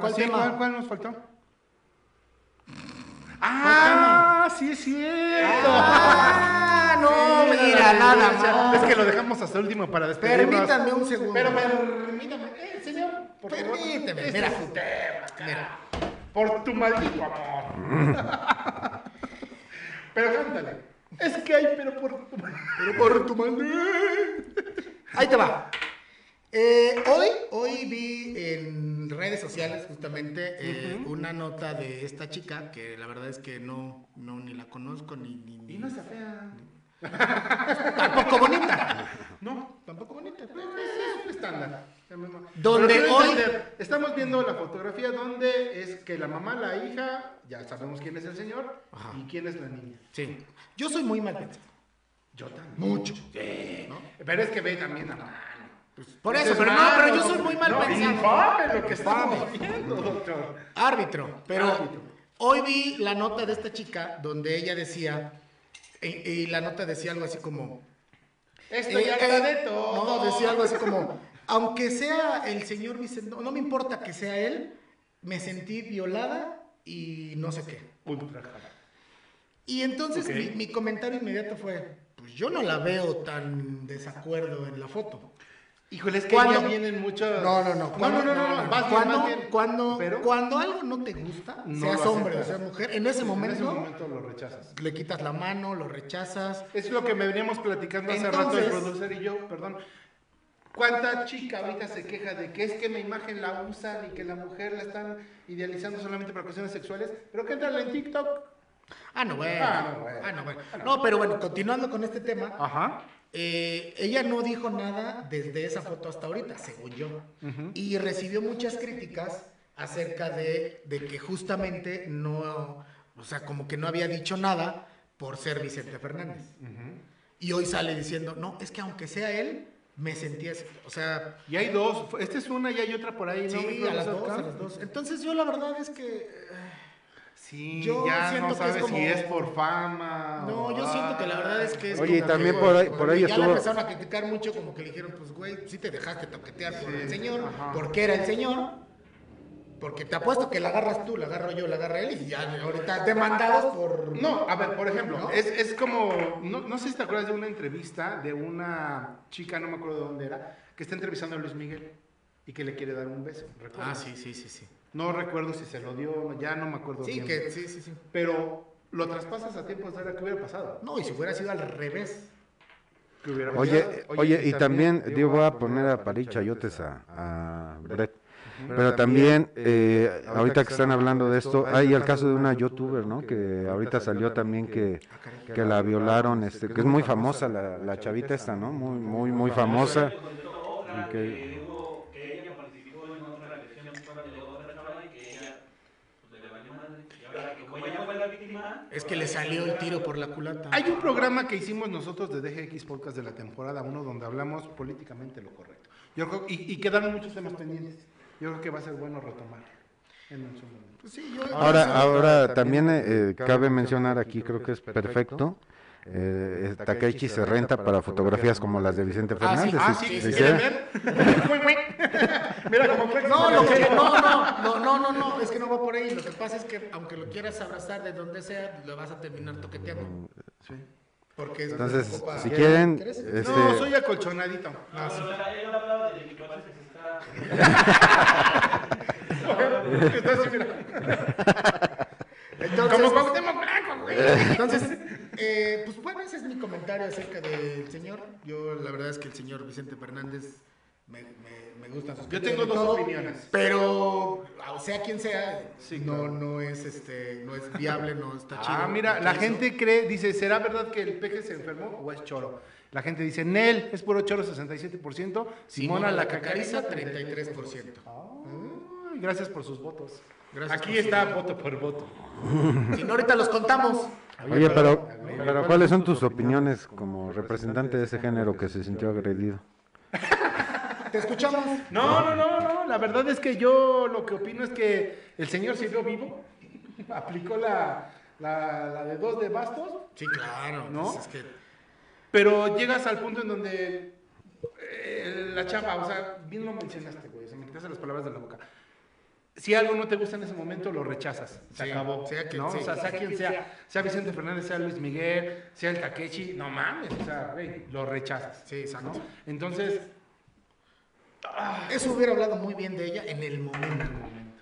Speaker 5: ¿Cuál
Speaker 2: Sí,
Speaker 5: tema?
Speaker 2: ¿Cuál, cuál nos faltó? ¡Ah! ¡Sí es cierto!
Speaker 5: Ah, no,
Speaker 2: Sí,
Speaker 5: mira,
Speaker 2: la
Speaker 5: nada
Speaker 2: referencia.
Speaker 5: más.
Speaker 2: Es que lo dejamos hasta el último para despedirnos.
Speaker 5: Permítame un segundo.
Speaker 2: Pero permítame, eh, señor, por favor.
Speaker 5: Permíteme,
Speaker 2: Este
Speaker 5: mira.
Speaker 2: es su tema, cara.
Speaker 5: Mira.
Speaker 2: Por tu maldito amor. pero cántale. Es que hay, pero por tu Pero por tu maldito.
Speaker 5: Ahí te va. Eh, hoy, hoy vi en redes sociales justamente eh, una nota de esta chica que la verdad es que no, no ni la conozco ni, ni, ni-
Speaker 2: Y no está fea.
Speaker 5: tampoco bonita.
Speaker 2: No, tampoco bonita. pero Es, es un estándar.
Speaker 5: Donde
Speaker 2: Pero quiero
Speaker 5: hoy-
Speaker 2: entender, Estamos viendo la fotografía donde es que la mamá, la hija, ya sabemos quién es el señor
Speaker 5: Ajá.
Speaker 2: y quién es la niña.
Speaker 5: Sí. Yo soy muy mal pensado.
Speaker 2: Yo también.
Speaker 5: Mucho.
Speaker 2: Pero es que ve también a mano.
Speaker 5: Por
Speaker 2: Ese
Speaker 5: eso,
Speaker 2: es
Speaker 5: pero no,
Speaker 2: malo.
Speaker 5: pero yo soy muy mal
Speaker 2: No,
Speaker 5: pensado.
Speaker 2: Infame lo que
Speaker 5: Infame.
Speaker 2: estamos viendo, doctor.
Speaker 5: Árbitro, pero
Speaker 2: Árbitro.
Speaker 5: hoy vi la nota de esta chica donde ella decía, y, y la nota decía algo así como,
Speaker 2: Estoy
Speaker 5: Eh,
Speaker 2: harta
Speaker 5: eh,
Speaker 2: de todo.
Speaker 5: No, decía algo así como, aunque sea el señor Vicente, no, no me importa que sea él, me sentí violada y no sé qué.
Speaker 2: Ultra jala.
Speaker 5: Y entonces
Speaker 2: Ok.
Speaker 5: mi, mi comentario inmediato fue, pues yo no la veo tan desacuerdo en la foto.
Speaker 2: Híjole, es que
Speaker 5: ¿Cuándo?
Speaker 2: ya vienen muchos.
Speaker 5: No, no, no.
Speaker 2: No, no, no, no. no, Más bien,
Speaker 5: Cuando-
Speaker 2: más bien.
Speaker 5: Cuando,
Speaker 2: Pero
Speaker 5: cuando algo no te gusta,
Speaker 2: No
Speaker 5: seas
Speaker 2: lo
Speaker 5: hombre o
Speaker 2: aceptas.
Speaker 5: seas mujer, en ese
Speaker 2: en
Speaker 5: momento,
Speaker 2: ese momento lo rechazas.
Speaker 5: le quitas la mano, lo rechazas.
Speaker 2: Es lo que me veníamos platicando hace rato el
Speaker 5: Entonces-
Speaker 2: producer y yo, perdón. ¿Cuánta chica ahorita se queja de que es que mi imagen la usan y que la mujer la están idealizando solamente para cuestiones sexuales? Pero que entra en TikTok.
Speaker 5: Ah, no, bueno.
Speaker 2: Ah, no, bueno.
Speaker 5: Ah, no, bueno. No, pero bueno, continuando con este tema.
Speaker 2: Ajá.
Speaker 5: Eh, ella no dijo nada desde esa foto hasta ahorita, según yo. Y recibió muchas críticas acerca de, de que justamente no, o sea, como que no había dicho nada por ser Vicente Fernández. Y hoy sale diciendo, no, es que aunque sea él, me sentí así. O sea,
Speaker 2: Y hay dos. Esta es una y hay otra por ahí, ¿no? mi
Speaker 5: sí, a
Speaker 2: profesor
Speaker 5: las dos, a
Speaker 2: Carl?
Speaker 5: las dos. Entonces yo la verdad es que... eh,
Speaker 2: Sí,
Speaker 5: Yo
Speaker 2: ya
Speaker 5: siento
Speaker 2: no
Speaker 5: que es
Speaker 2: sabes
Speaker 5: como-
Speaker 2: si es por fama.
Speaker 5: No,
Speaker 2: o-
Speaker 5: yo siento que la verdad es que es
Speaker 3: Oye, y
Speaker 5: como
Speaker 3: también
Speaker 5: que-
Speaker 3: por ahí-
Speaker 5: como
Speaker 3: por
Speaker 5: que
Speaker 3: ahí
Speaker 5: ya
Speaker 3: estuvo-
Speaker 5: la empezaron a criticar mucho, como que le dijeron, pues güey, sí te dejaste toquetear por el señor, porque era el señor, porque te apuesto que la agarras tú, la agarro yo, la agarra él, y ya ahorita demandados por...
Speaker 2: No, a ver, por ejemplo,
Speaker 5: ¿No?
Speaker 2: es, es como, no, no sé si te acuerdas de una entrevista de una chica, no me acuerdo de dónde era, que está entrevistando a Luis Miguel y que le quiere dar un beso. ¿recuerdas?
Speaker 5: Ah, sí, sí, sí, sí.
Speaker 2: No recuerdo si se lo dio, ya no me acuerdo
Speaker 5: Sí,
Speaker 2: bien.
Speaker 5: que sí, sí, sí.
Speaker 2: Pero lo traspasas a tiempos de ahora que hubiera pasado.
Speaker 5: No, y si hubiera sido al revés.
Speaker 2: Que hubiera
Speaker 3: Oye,
Speaker 2: pasado.
Speaker 3: eh, oye, y también, digo, voy a poner a París Chayotes a, a Brett. Pero también, eh, ahorita que están hablando de esto, hay el caso de una youtuber, ¿no? Que ahorita salió también que, que la violaron, este, que es muy famosa la, la chavita esta, ¿no? Muy, muy, muy famosa.
Speaker 4: Le contestó otra
Speaker 3: Ok.
Speaker 4: que hubo- que ella participó en otra elección de otra chava y que ella, pues, le valió madre. Y ahora que como ella fue la víctima,
Speaker 5: Es que le salió el tiro por la culata.
Speaker 2: Hay un programa que hicimos nosotros de DGX Podcast de la temporada 1 donde hablamos políticamente lo correcto. Yo creo, y, y quedaron muchos temas pendientes. Yo creo que va a ser bueno retomar en su momento.
Speaker 5: Pues sí, yo...
Speaker 3: Ahora, ahora también eh, cabe mencionar aquí, creo que es perfecto. Eh, Takeichi se renta para fotografías como las de Vicente Fernández.
Speaker 2: Ah,
Speaker 3: si-
Speaker 2: sí,
Speaker 3: si
Speaker 2: ¿sí
Speaker 3: quieren.
Speaker 2: ¿quieren ver? Mira como flex.
Speaker 5: No, lo que- no, no, no, no, no, no, es que no va por ahí. Lo que pasa es que aunque lo quieras abrazar de donde sea, lo vas a terminar toqueteando. Porque es-
Speaker 3: Entonces,
Speaker 5: ocupa-
Speaker 3: si quieren,
Speaker 5: ¿Quieres?
Speaker 3: este,
Speaker 2: No, soy acolchonadito. No, sí.
Speaker 4: pero él hablaba de que parece que está.
Speaker 2: Está así, mira.
Speaker 5: Entonces,
Speaker 2: Como Cuauhtémoc Blanco, güey.
Speaker 5: pues, entonces, eh, pues bueno, ese es mi comentario acerca del señor. Yo la verdad es que el señor Vicente Fernández me, me, me gustan sus
Speaker 2: Yo
Speaker 5: criterios
Speaker 2: tengo
Speaker 5: y
Speaker 2: dos
Speaker 5: todo,
Speaker 2: opiniones.
Speaker 5: Pero o sea quien sea,
Speaker 2: Sí,
Speaker 5: no,
Speaker 2: claro.
Speaker 5: no es este, no es viable, no está chido.
Speaker 2: Ah, mira,
Speaker 5: lo
Speaker 2: la
Speaker 5: que
Speaker 2: gente cree, dice, ¿será verdad que el peje se enfermó o es choro? La gente dice, Nel, es puro choro 67%, Simona la cacariza
Speaker 5: 33%.
Speaker 2: Ay, gracias por sus votos.
Speaker 5: Gracias
Speaker 2: Aquí
Speaker 5: por sus
Speaker 2: está voto por voto. Ah.
Speaker 5: hizo. Si no, ahorita los contamos.
Speaker 3: oye, pero, pero ¿cuáles son tus opiniones como representante de ese género que se sintió agredido?
Speaker 5: Te escuchamos.
Speaker 2: No, no, no, no, la verdad es que yo lo que opino es que el señor sirvió vivo, aplicó la, la, la de dos de bastos,
Speaker 5: Sí, claro.
Speaker 2: ¿No?
Speaker 5: pues es que-
Speaker 2: pero llegas al punto en donde eh, la chava, o sea, bien lo mencionaste, güey, se me quitaste las palabras de la boca. Si algo no te gusta en ese momento, lo rechazas. Se
Speaker 5: Sí,
Speaker 2: acabó.
Speaker 5: sea quien
Speaker 2: ¿no?
Speaker 5: sea.
Speaker 2: O sea, sea quien sea. Sea Vicente Fernández, sea Luis Miguel, sea el Takechi. No mames, o sea, güey, lo rechazas.
Speaker 5: Sí, exacto.
Speaker 2: ¿no? Entonces,
Speaker 5: Eso hubiera hablado muy bien de ella en el momento.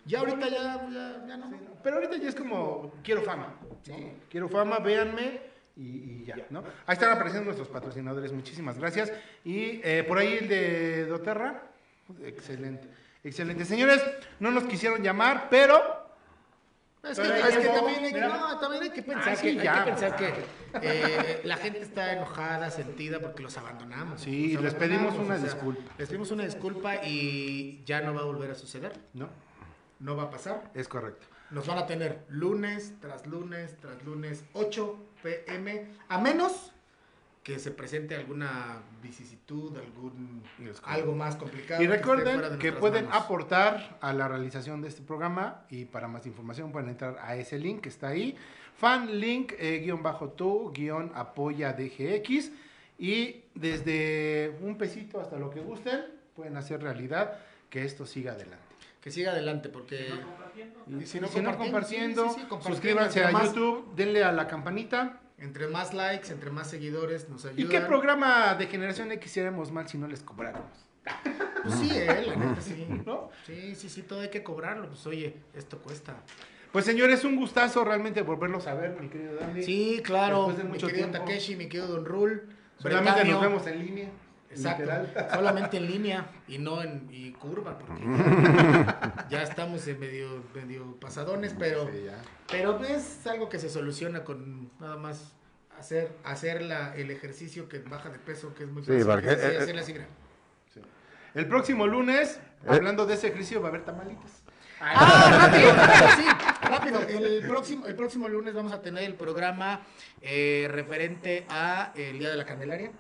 Speaker 5: Ya ahorita ya, ya, ya no.
Speaker 2: Pero ahorita ya es como, quiero fama. ¿no? Quiero fama, véanme y, y ya, ¿no? Ahí están apareciendo nuestros patrocinadores, muchísimas gracias. Y eh, por ahí el de Doterra, excelente, excelente. Señores, no nos quisieron llamar, pero...
Speaker 5: Es
Speaker 2: Pero
Speaker 5: que,
Speaker 2: hay
Speaker 5: es que
Speaker 2: tiempo,
Speaker 5: también, hay que,
Speaker 2: mira.
Speaker 5: no, también hay que pensar
Speaker 2: Ah, sí,
Speaker 5: que, hay
Speaker 2: ya.
Speaker 5: que pensar que, eh, la gente está enojada, sentida porque los abandonamos.
Speaker 2: Sí,
Speaker 5: Los
Speaker 2: les pedimos
Speaker 5: abandonamos,
Speaker 2: una
Speaker 5: o sea,
Speaker 2: disculpa.
Speaker 5: Les pedimos una disculpa y ya no va a volver a suceder.
Speaker 2: No,
Speaker 5: No va a pasar.
Speaker 2: es correcto.
Speaker 5: Nos van a tener lunes tras lunes tras lunes 8 pm a menos que se presente alguna vicisitud, algún
Speaker 2: Es correcto.
Speaker 5: algo más complicado.
Speaker 2: Y
Speaker 5: que esté fuera
Speaker 2: recuerden
Speaker 5: de
Speaker 2: que
Speaker 5: nuestras
Speaker 2: pueden
Speaker 5: manos.
Speaker 2: aportar a la realización de este programa y para más información pueden entrar a ese link que está ahí, fanlink eh, guión bajo tu guión apoya DGX y desde un pesito hasta lo que gusten pueden hacer realidad que esto siga adelante.
Speaker 5: que siga adelante porque
Speaker 2: Y si no,
Speaker 5: Y si
Speaker 2: compartiendo,
Speaker 5: no compartiendo, sí, sí, sí, compartiendo,
Speaker 2: suscríbanse a
Speaker 5: además.
Speaker 2: YouTube, denle a la campanita.
Speaker 5: entre más likes, entre más seguidores nos ayuda.
Speaker 2: ¿Y qué programa de Generación X hiciéramos mal si no les cobráramos?
Speaker 5: Pues sí, eh, la neta sí.
Speaker 2: ¿No?
Speaker 5: Sí, sí, sí, todo hay que cobrarlo. Pues oye, esto cuesta.
Speaker 2: Pues señores, un gustazo realmente volverlos a ver, mi querido Dandy.
Speaker 5: Sí, claro.
Speaker 2: Después de mucho
Speaker 5: mi querido
Speaker 2: tiempo.
Speaker 5: Takeshi, mi querido Don Rul.
Speaker 2: Solamente
Speaker 5: Bretanio.
Speaker 2: nos vemos en línea.
Speaker 5: Exacto.
Speaker 2: literal.
Speaker 5: Solamente en línea y no en y curva, porque ya, ya estamos en medio, pues, medio pasadones, pero, pero es algo que se soluciona con nada más hacer, hacer la, el ejercicio que baja de peso, que es muy
Speaker 3: Sí, porque,
Speaker 5: Sí,
Speaker 3: eh,
Speaker 5: hacerle así, mira.
Speaker 2: El próximo lunes, hablando de ese ejercicio, va a haber tamalitas.
Speaker 5: Ah, rápido, rápido, sí, rápido. El próximo, el próximo lunes vamos a tener el programa eh, referente a el Día de la Candelaria.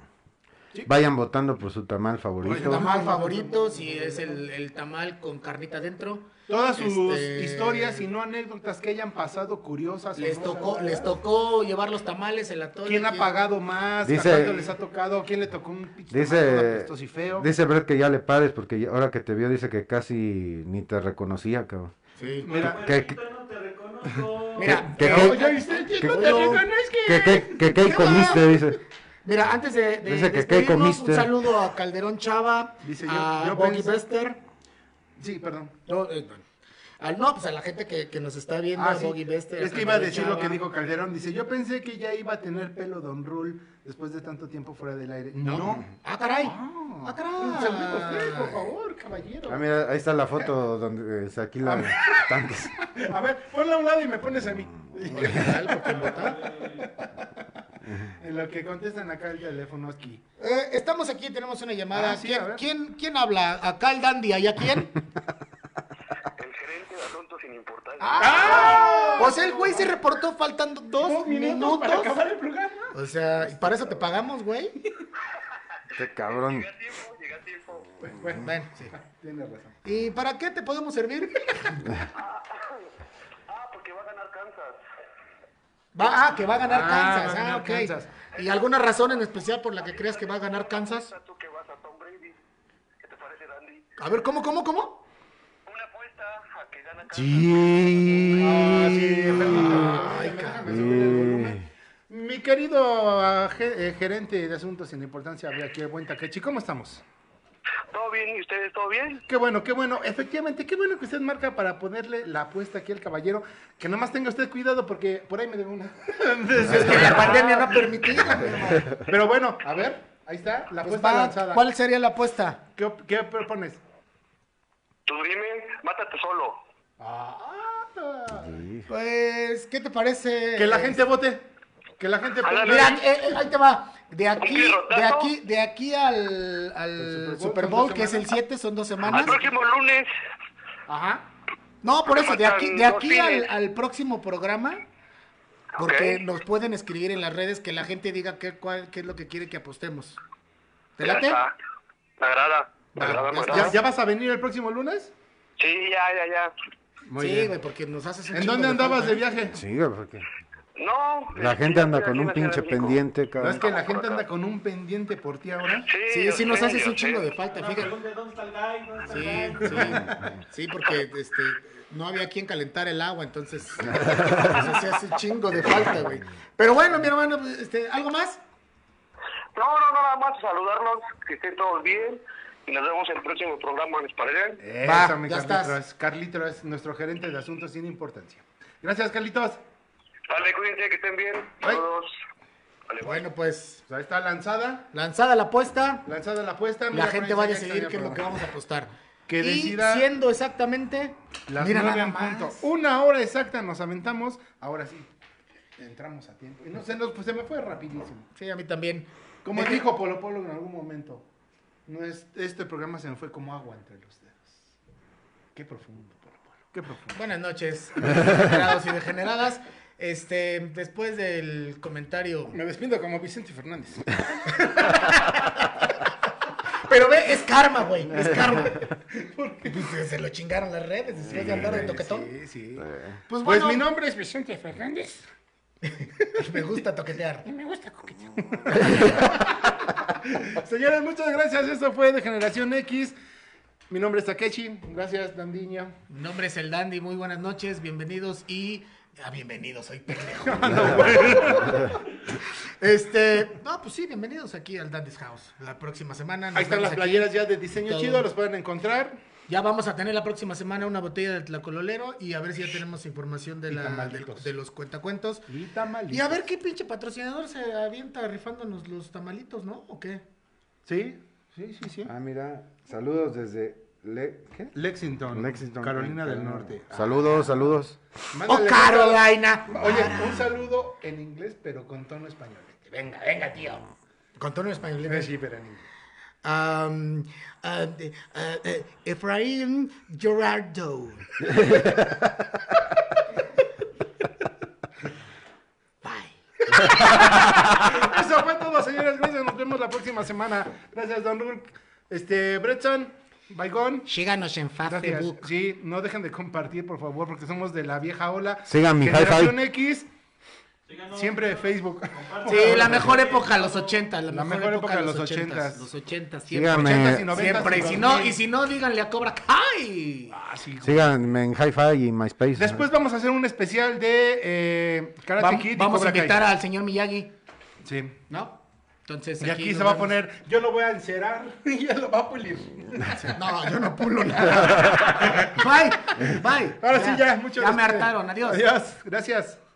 Speaker 3: Vayan votando por su tamal
Speaker 5: El
Speaker 3: favorito.
Speaker 5: tamal favorito, si es el, el tamal con carnita dentro.
Speaker 2: Todas sus
Speaker 5: Este-
Speaker 2: historias y no anécdotas que hayan pasado curiosas.
Speaker 5: Les
Speaker 2: sabrosas.
Speaker 5: tocó, les tocó llevar los tamales, el atole.
Speaker 2: ¿Quién ha pagado más?
Speaker 3: Dice-
Speaker 2: ¿A cuánto les ha tocado? ¿Quién le tocó un pinche
Speaker 3: pues, este
Speaker 2: tamal todo
Speaker 3: Dice,
Speaker 2: apestoso y feo?
Speaker 3: dice Brett que ya le pares porque ya- ahora que te vio dice que casi ni te reconocía, cabrón.
Speaker 5: Sí.
Speaker 2: Mira,
Speaker 3: Que-
Speaker 4: Perrito, no te reconozco.
Speaker 5: Mira,
Speaker 3: ¿Qué-
Speaker 5: eh,
Speaker 3: qué-
Speaker 5: oye, ¿viste?
Speaker 3: qué-
Speaker 5: No te reconozco.
Speaker 3: ¿Qué, qué, qué, qué
Speaker 5: ¿Qué
Speaker 3: comiste?
Speaker 5: va?
Speaker 3: Dice.
Speaker 5: Mira, antes de, de
Speaker 3: Dice que qué
Speaker 5: despedirnos,
Speaker 3: comiste.
Speaker 5: un saludo a Calderón Chava,
Speaker 2: Dice, yo-
Speaker 5: a
Speaker 2: yo
Speaker 5: Boggy
Speaker 2: pensé-
Speaker 5: Bester.
Speaker 2: sí, perdón.
Speaker 5: No, eh, bueno. Al- no, pues a la gente que, que nos está viendo,
Speaker 2: Ah,
Speaker 5: a
Speaker 2: sí.
Speaker 5: Boggy Bester.
Speaker 2: Es que iba a decir lo
Speaker 5: Chava.
Speaker 2: que dijo Calderón. Dice, yo pensé que ya iba a tener pelo Don Rule después de tanto tiempo fuera del aire. No.
Speaker 5: Ah, caray.
Speaker 2: Ah.
Speaker 5: Ah, caray.
Speaker 2: Salude usted, por favor, caballero.
Speaker 3: Ah, mira, ahí está la foto donde eh, se alquilan tanques.
Speaker 2: A ver, ponla a un lado y me pones a mí.
Speaker 5: Mm. Algo que notar.
Speaker 2: En lo que contestan acá el teléfono aquí.
Speaker 5: Eh, estamos aquí, tenemos una llamada.
Speaker 2: Ah, sí,
Speaker 5: ¿Quién,
Speaker 2: a ver.
Speaker 5: quién, quién habla? Acá el Dandy, ¿allá quién?
Speaker 8: El gerente de asuntos sin importancia.
Speaker 5: Ah. O sea, el güey se reportó faltando dos, minutos.
Speaker 2: ¡Ah! para acabar el programa.
Speaker 5: O sea, ¿y para eso te pagamos, güey?
Speaker 3: Qué cabrón.
Speaker 8: Llega a tiempo, llega a tiempo.
Speaker 5: Bueno, sí.
Speaker 2: Tienes razón.
Speaker 5: ¿Y para qué te podemos servir?
Speaker 8: Ah, porque va a ganar Kansas.
Speaker 5: Va, ah, que va a ganar
Speaker 2: Ah, va
Speaker 5: Kansas.
Speaker 2: a
Speaker 5: Ah,
Speaker 2: ganar
Speaker 5: ok.
Speaker 2: Kansas.
Speaker 5: ¿Y alguna razón en especial por la que creas que va a ganar Kansas?
Speaker 8: Apuesta tú que vas a Tom Brady. ¿Qué te parece, Dandy?
Speaker 5: A ver, ¿cómo, cómo, cómo?
Speaker 8: Una apuesta a que gana Kansas.
Speaker 3: Sí.
Speaker 2: Ay, déjame subir el volumen. Mi querido ah, ge- eh, gerente de asuntos sin importancia, habla aquí de buen Takechi, ¿cómo estamos?
Speaker 8: ¿Todo bien? ¿Y ustedes todo bien?
Speaker 2: Qué bueno, qué bueno. Efectivamente, qué bueno que usted marca para ponerle la apuesta aquí al caballero. Que nomás tenga usted cuidado porque por ahí me debe una. Entonces,
Speaker 5: La pandemia no ha permitido.
Speaker 2: Pero bueno, a ver, ahí está, la
Speaker 5: Pues
Speaker 2: apuesta
Speaker 5: va,
Speaker 2: lanzada.
Speaker 5: ¿Cuál sería la apuesta?
Speaker 2: ¿Qué, op- qué propones?
Speaker 8: Tú dime, mátate solo.
Speaker 3: Ah,
Speaker 5: Pues, ¿qué te parece?
Speaker 2: Que la gente vote. Que la gente
Speaker 8: Ándale.
Speaker 5: Mira, eh, eh, ahí te va. De
Speaker 8: ¿Un
Speaker 5: aquí,
Speaker 8: pierrotazo?
Speaker 5: de aquí, de aquí al,
Speaker 2: Super
Speaker 5: al
Speaker 2: Bowl,
Speaker 5: Super
Speaker 2: son
Speaker 5: Bowl,
Speaker 2: dos
Speaker 5: que es el
Speaker 2: semanas.
Speaker 5: 7, son dos
Speaker 8: Al
Speaker 5: semanas.
Speaker 8: próximo lunes.
Speaker 2: Ajá.
Speaker 5: No, por eso, de
Speaker 8: Faltan
Speaker 5: aquí, de
Speaker 8: dos
Speaker 5: aquí al,
Speaker 8: fines.
Speaker 5: al próximo programa, porque
Speaker 8: Ok.
Speaker 5: nos pueden escribir en las redes que la gente diga qué, cuál, qué es lo que quiere que apostemos. ¿Te
Speaker 8: Ya
Speaker 5: late?
Speaker 8: está. Ah, Me agrada. Me
Speaker 5: Va,
Speaker 8: agrada, me
Speaker 5: ya está.
Speaker 2: Ah, ¿Ya,
Speaker 8: agrada.
Speaker 2: ya vas a venir el próximo lunes?
Speaker 8: Sí, ya, ya, ya.
Speaker 2: Muy
Speaker 5: sí,
Speaker 2: bien.
Speaker 5: güey, porque nos haces un
Speaker 2: ¿En
Speaker 5: chingo
Speaker 2: dónde andabas
Speaker 5: falta,
Speaker 2: de
Speaker 5: ¿eh?
Speaker 2: viaje?
Speaker 3: Sí, güey, porque
Speaker 8: No.
Speaker 3: la
Speaker 8: eh,
Speaker 3: gente
Speaker 8: yo
Speaker 3: anda con
Speaker 8: estoy aquí en
Speaker 3: un
Speaker 8: la Ciudad
Speaker 3: pinche
Speaker 8: de México.
Speaker 3: pendiente,
Speaker 2: No es
Speaker 3: cabrón.
Speaker 2: que la gente anda con un pendiente por ti ahora.
Speaker 5: Sí,
Speaker 8: yo
Speaker 5: sí nos
Speaker 8: sé,
Speaker 5: haces
Speaker 8: yo
Speaker 5: un chingo
Speaker 8: sé.
Speaker 5: de falta,
Speaker 4: No,
Speaker 5: fíjate.
Speaker 4: pregunte, ¿dónde está el guy? ¿Dónde está el
Speaker 5: Sí,
Speaker 4: guy?
Speaker 5: sí, sí, porque este, no había quien calentar el agua, entonces pues, se hace un chingo de falta, güey. Pero bueno, mi hermano, este, ¿algo más?
Speaker 8: No, no, no, nada más saludarlos, que estén todos bien. Y nos vemos en el próximo programa, ¿les parece?
Speaker 2: Eh.
Speaker 5: Va,
Speaker 2: Eso, mi
Speaker 5: ya
Speaker 2: Carlitos.
Speaker 5: estás.
Speaker 2: Carlitos es nuestro gerente de asuntos sin importancia. Gracias, Carlitos.
Speaker 8: Vale, cuídense, que estén bien.
Speaker 2: Bye.
Speaker 8: Saludos. Vale, bye.
Speaker 5: Bueno, pues
Speaker 2: Pues ahí está lanzada.
Speaker 5: lanzada la apuesta,
Speaker 2: Lanzada la apuesta. Mira,
Speaker 5: la
Speaker 2: por
Speaker 5: gente
Speaker 2: ahí
Speaker 5: va a
Speaker 2: se ve
Speaker 5: decidir
Speaker 2: estaría
Speaker 5: qué es lo que
Speaker 2: programa.
Speaker 5: vamos a apostar.
Speaker 2: Que
Speaker 5: y
Speaker 2: decida-
Speaker 5: siendo exactamente
Speaker 2: Las
Speaker 5: mira
Speaker 2: nueve
Speaker 5: nada
Speaker 2: en
Speaker 5: más.
Speaker 2: punto. Una hora exacta nos aventamos. Ahora sí, entramos a tiempo. Y no se nos, pues se me fue rapidísimo.
Speaker 5: Sí, a mí también.
Speaker 2: Como
Speaker 5: Deje-
Speaker 2: dijo Polo Polo en algún momento, no es, este programa se me fue como agua entre los dedos. Qué profundo, Polo Polo. Qué profundo.
Speaker 5: Buenas noches, degenerados y degeneradas. Este, después del comentario.
Speaker 2: Me despido como Vicente Fernández.
Speaker 5: Pero ve, es karma, güey. Es karma. Pues, se lo chingaron las redes después de andar de toquetón.
Speaker 2: Sí, sí.
Speaker 5: Pues
Speaker 2: Pues,
Speaker 5: bueno,
Speaker 2: mi nombre es Vicente Fernández.
Speaker 5: me gusta toquetear.
Speaker 2: Y me gusta coquetear. Señores, muchas gracias. Esto fue de Generación X. Mi nombre es Takechi. Gracias, Dandiño.
Speaker 5: Mi nombre es el Dandy, muy buenas noches, bienvenidos y... Ah, bienvenidos, soy pendejo. este, no, pues sí, bienvenidos aquí al Dandy's House. La próxima semana. nos
Speaker 2: Ahí están
Speaker 5: vemos
Speaker 2: las
Speaker 5: aquí.
Speaker 2: playeras ya de diseño
Speaker 5: Todo.
Speaker 2: chido, los pueden encontrar.
Speaker 5: Ya vamos a tener la próxima semana una botella de tlacololero y a ver si ya tenemos información de,
Speaker 2: Y
Speaker 5: la-
Speaker 2: tamalitos.
Speaker 5: de los cuentacuentos.
Speaker 2: Y
Speaker 5: Y a ver qué pinche patrocinador se avienta rifándonos los tamalitos, ¿no? ¿O qué?
Speaker 2: Sí, sí, sí, sí.
Speaker 3: Ah, mira, saludos desde Le- ¿qué?
Speaker 2: Lexington, Oh,
Speaker 3: Lexington,
Speaker 2: Carolina del Norte. Ah.
Speaker 3: Saludos, saludos.
Speaker 2: Mándale-
Speaker 5: Carolina!
Speaker 2: Oye, un saludo en inglés, pero con tono español.
Speaker 5: Venga, venga, tío. Con tono español. dime.
Speaker 2: Sí, pero en inglés.
Speaker 5: Um, uh, de- uh, eh, Efraín Gerardo. Bye.
Speaker 2: Eso fue todo, señores. Gracias. Nos vemos la próxima semana. Gracias, Don Rulk. Este, Bretson, Baigón.
Speaker 5: Síganos en
Speaker 2: Gracias.
Speaker 5: Facebook.
Speaker 2: Sí, no dejen de compartir, por favor, porque somos de la vieja ola.
Speaker 3: Sigan mi Eh,
Speaker 2: Generación X, siempre de Facebook.
Speaker 5: Sí, la mejor época, los 80. La, mejor, época,
Speaker 2: de
Speaker 5: los
Speaker 2: los
Speaker 5: 80.
Speaker 2: 80s.
Speaker 5: Los 80, siempre.
Speaker 2: Ochentas y
Speaker 3: Síganme,
Speaker 2: noventas
Speaker 5: Siempre. Y si
Speaker 2: 2000.
Speaker 5: no, y si no, díganle a Cobra Kai.
Speaker 2: Ah, sí, güey.
Speaker 3: síganme en Hi-Fi y MySpace.
Speaker 2: Después vamos a hacer un especial de eh, Karate
Speaker 5: Vam-
Speaker 2: Kid y
Speaker 5: vamos a
Speaker 2: Cobra Kai.
Speaker 5: invitar al señor Miyagi,
Speaker 2: Sí.
Speaker 5: ¿no? Entonces,
Speaker 2: Y aquí
Speaker 5: nos
Speaker 2: se va a
Speaker 5: vemos.
Speaker 2: poner, yo lo voy a encerar y ya lo va a pulir.
Speaker 5: No, yo no pulo nada. Bye, bye.
Speaker 2: Ahora sí, ya, muchas
Speaker 5: Ya
Speaker 2: gracias.
Speaker 5: me hartaron, adiós.
Speaker 2: Adiós, gracias.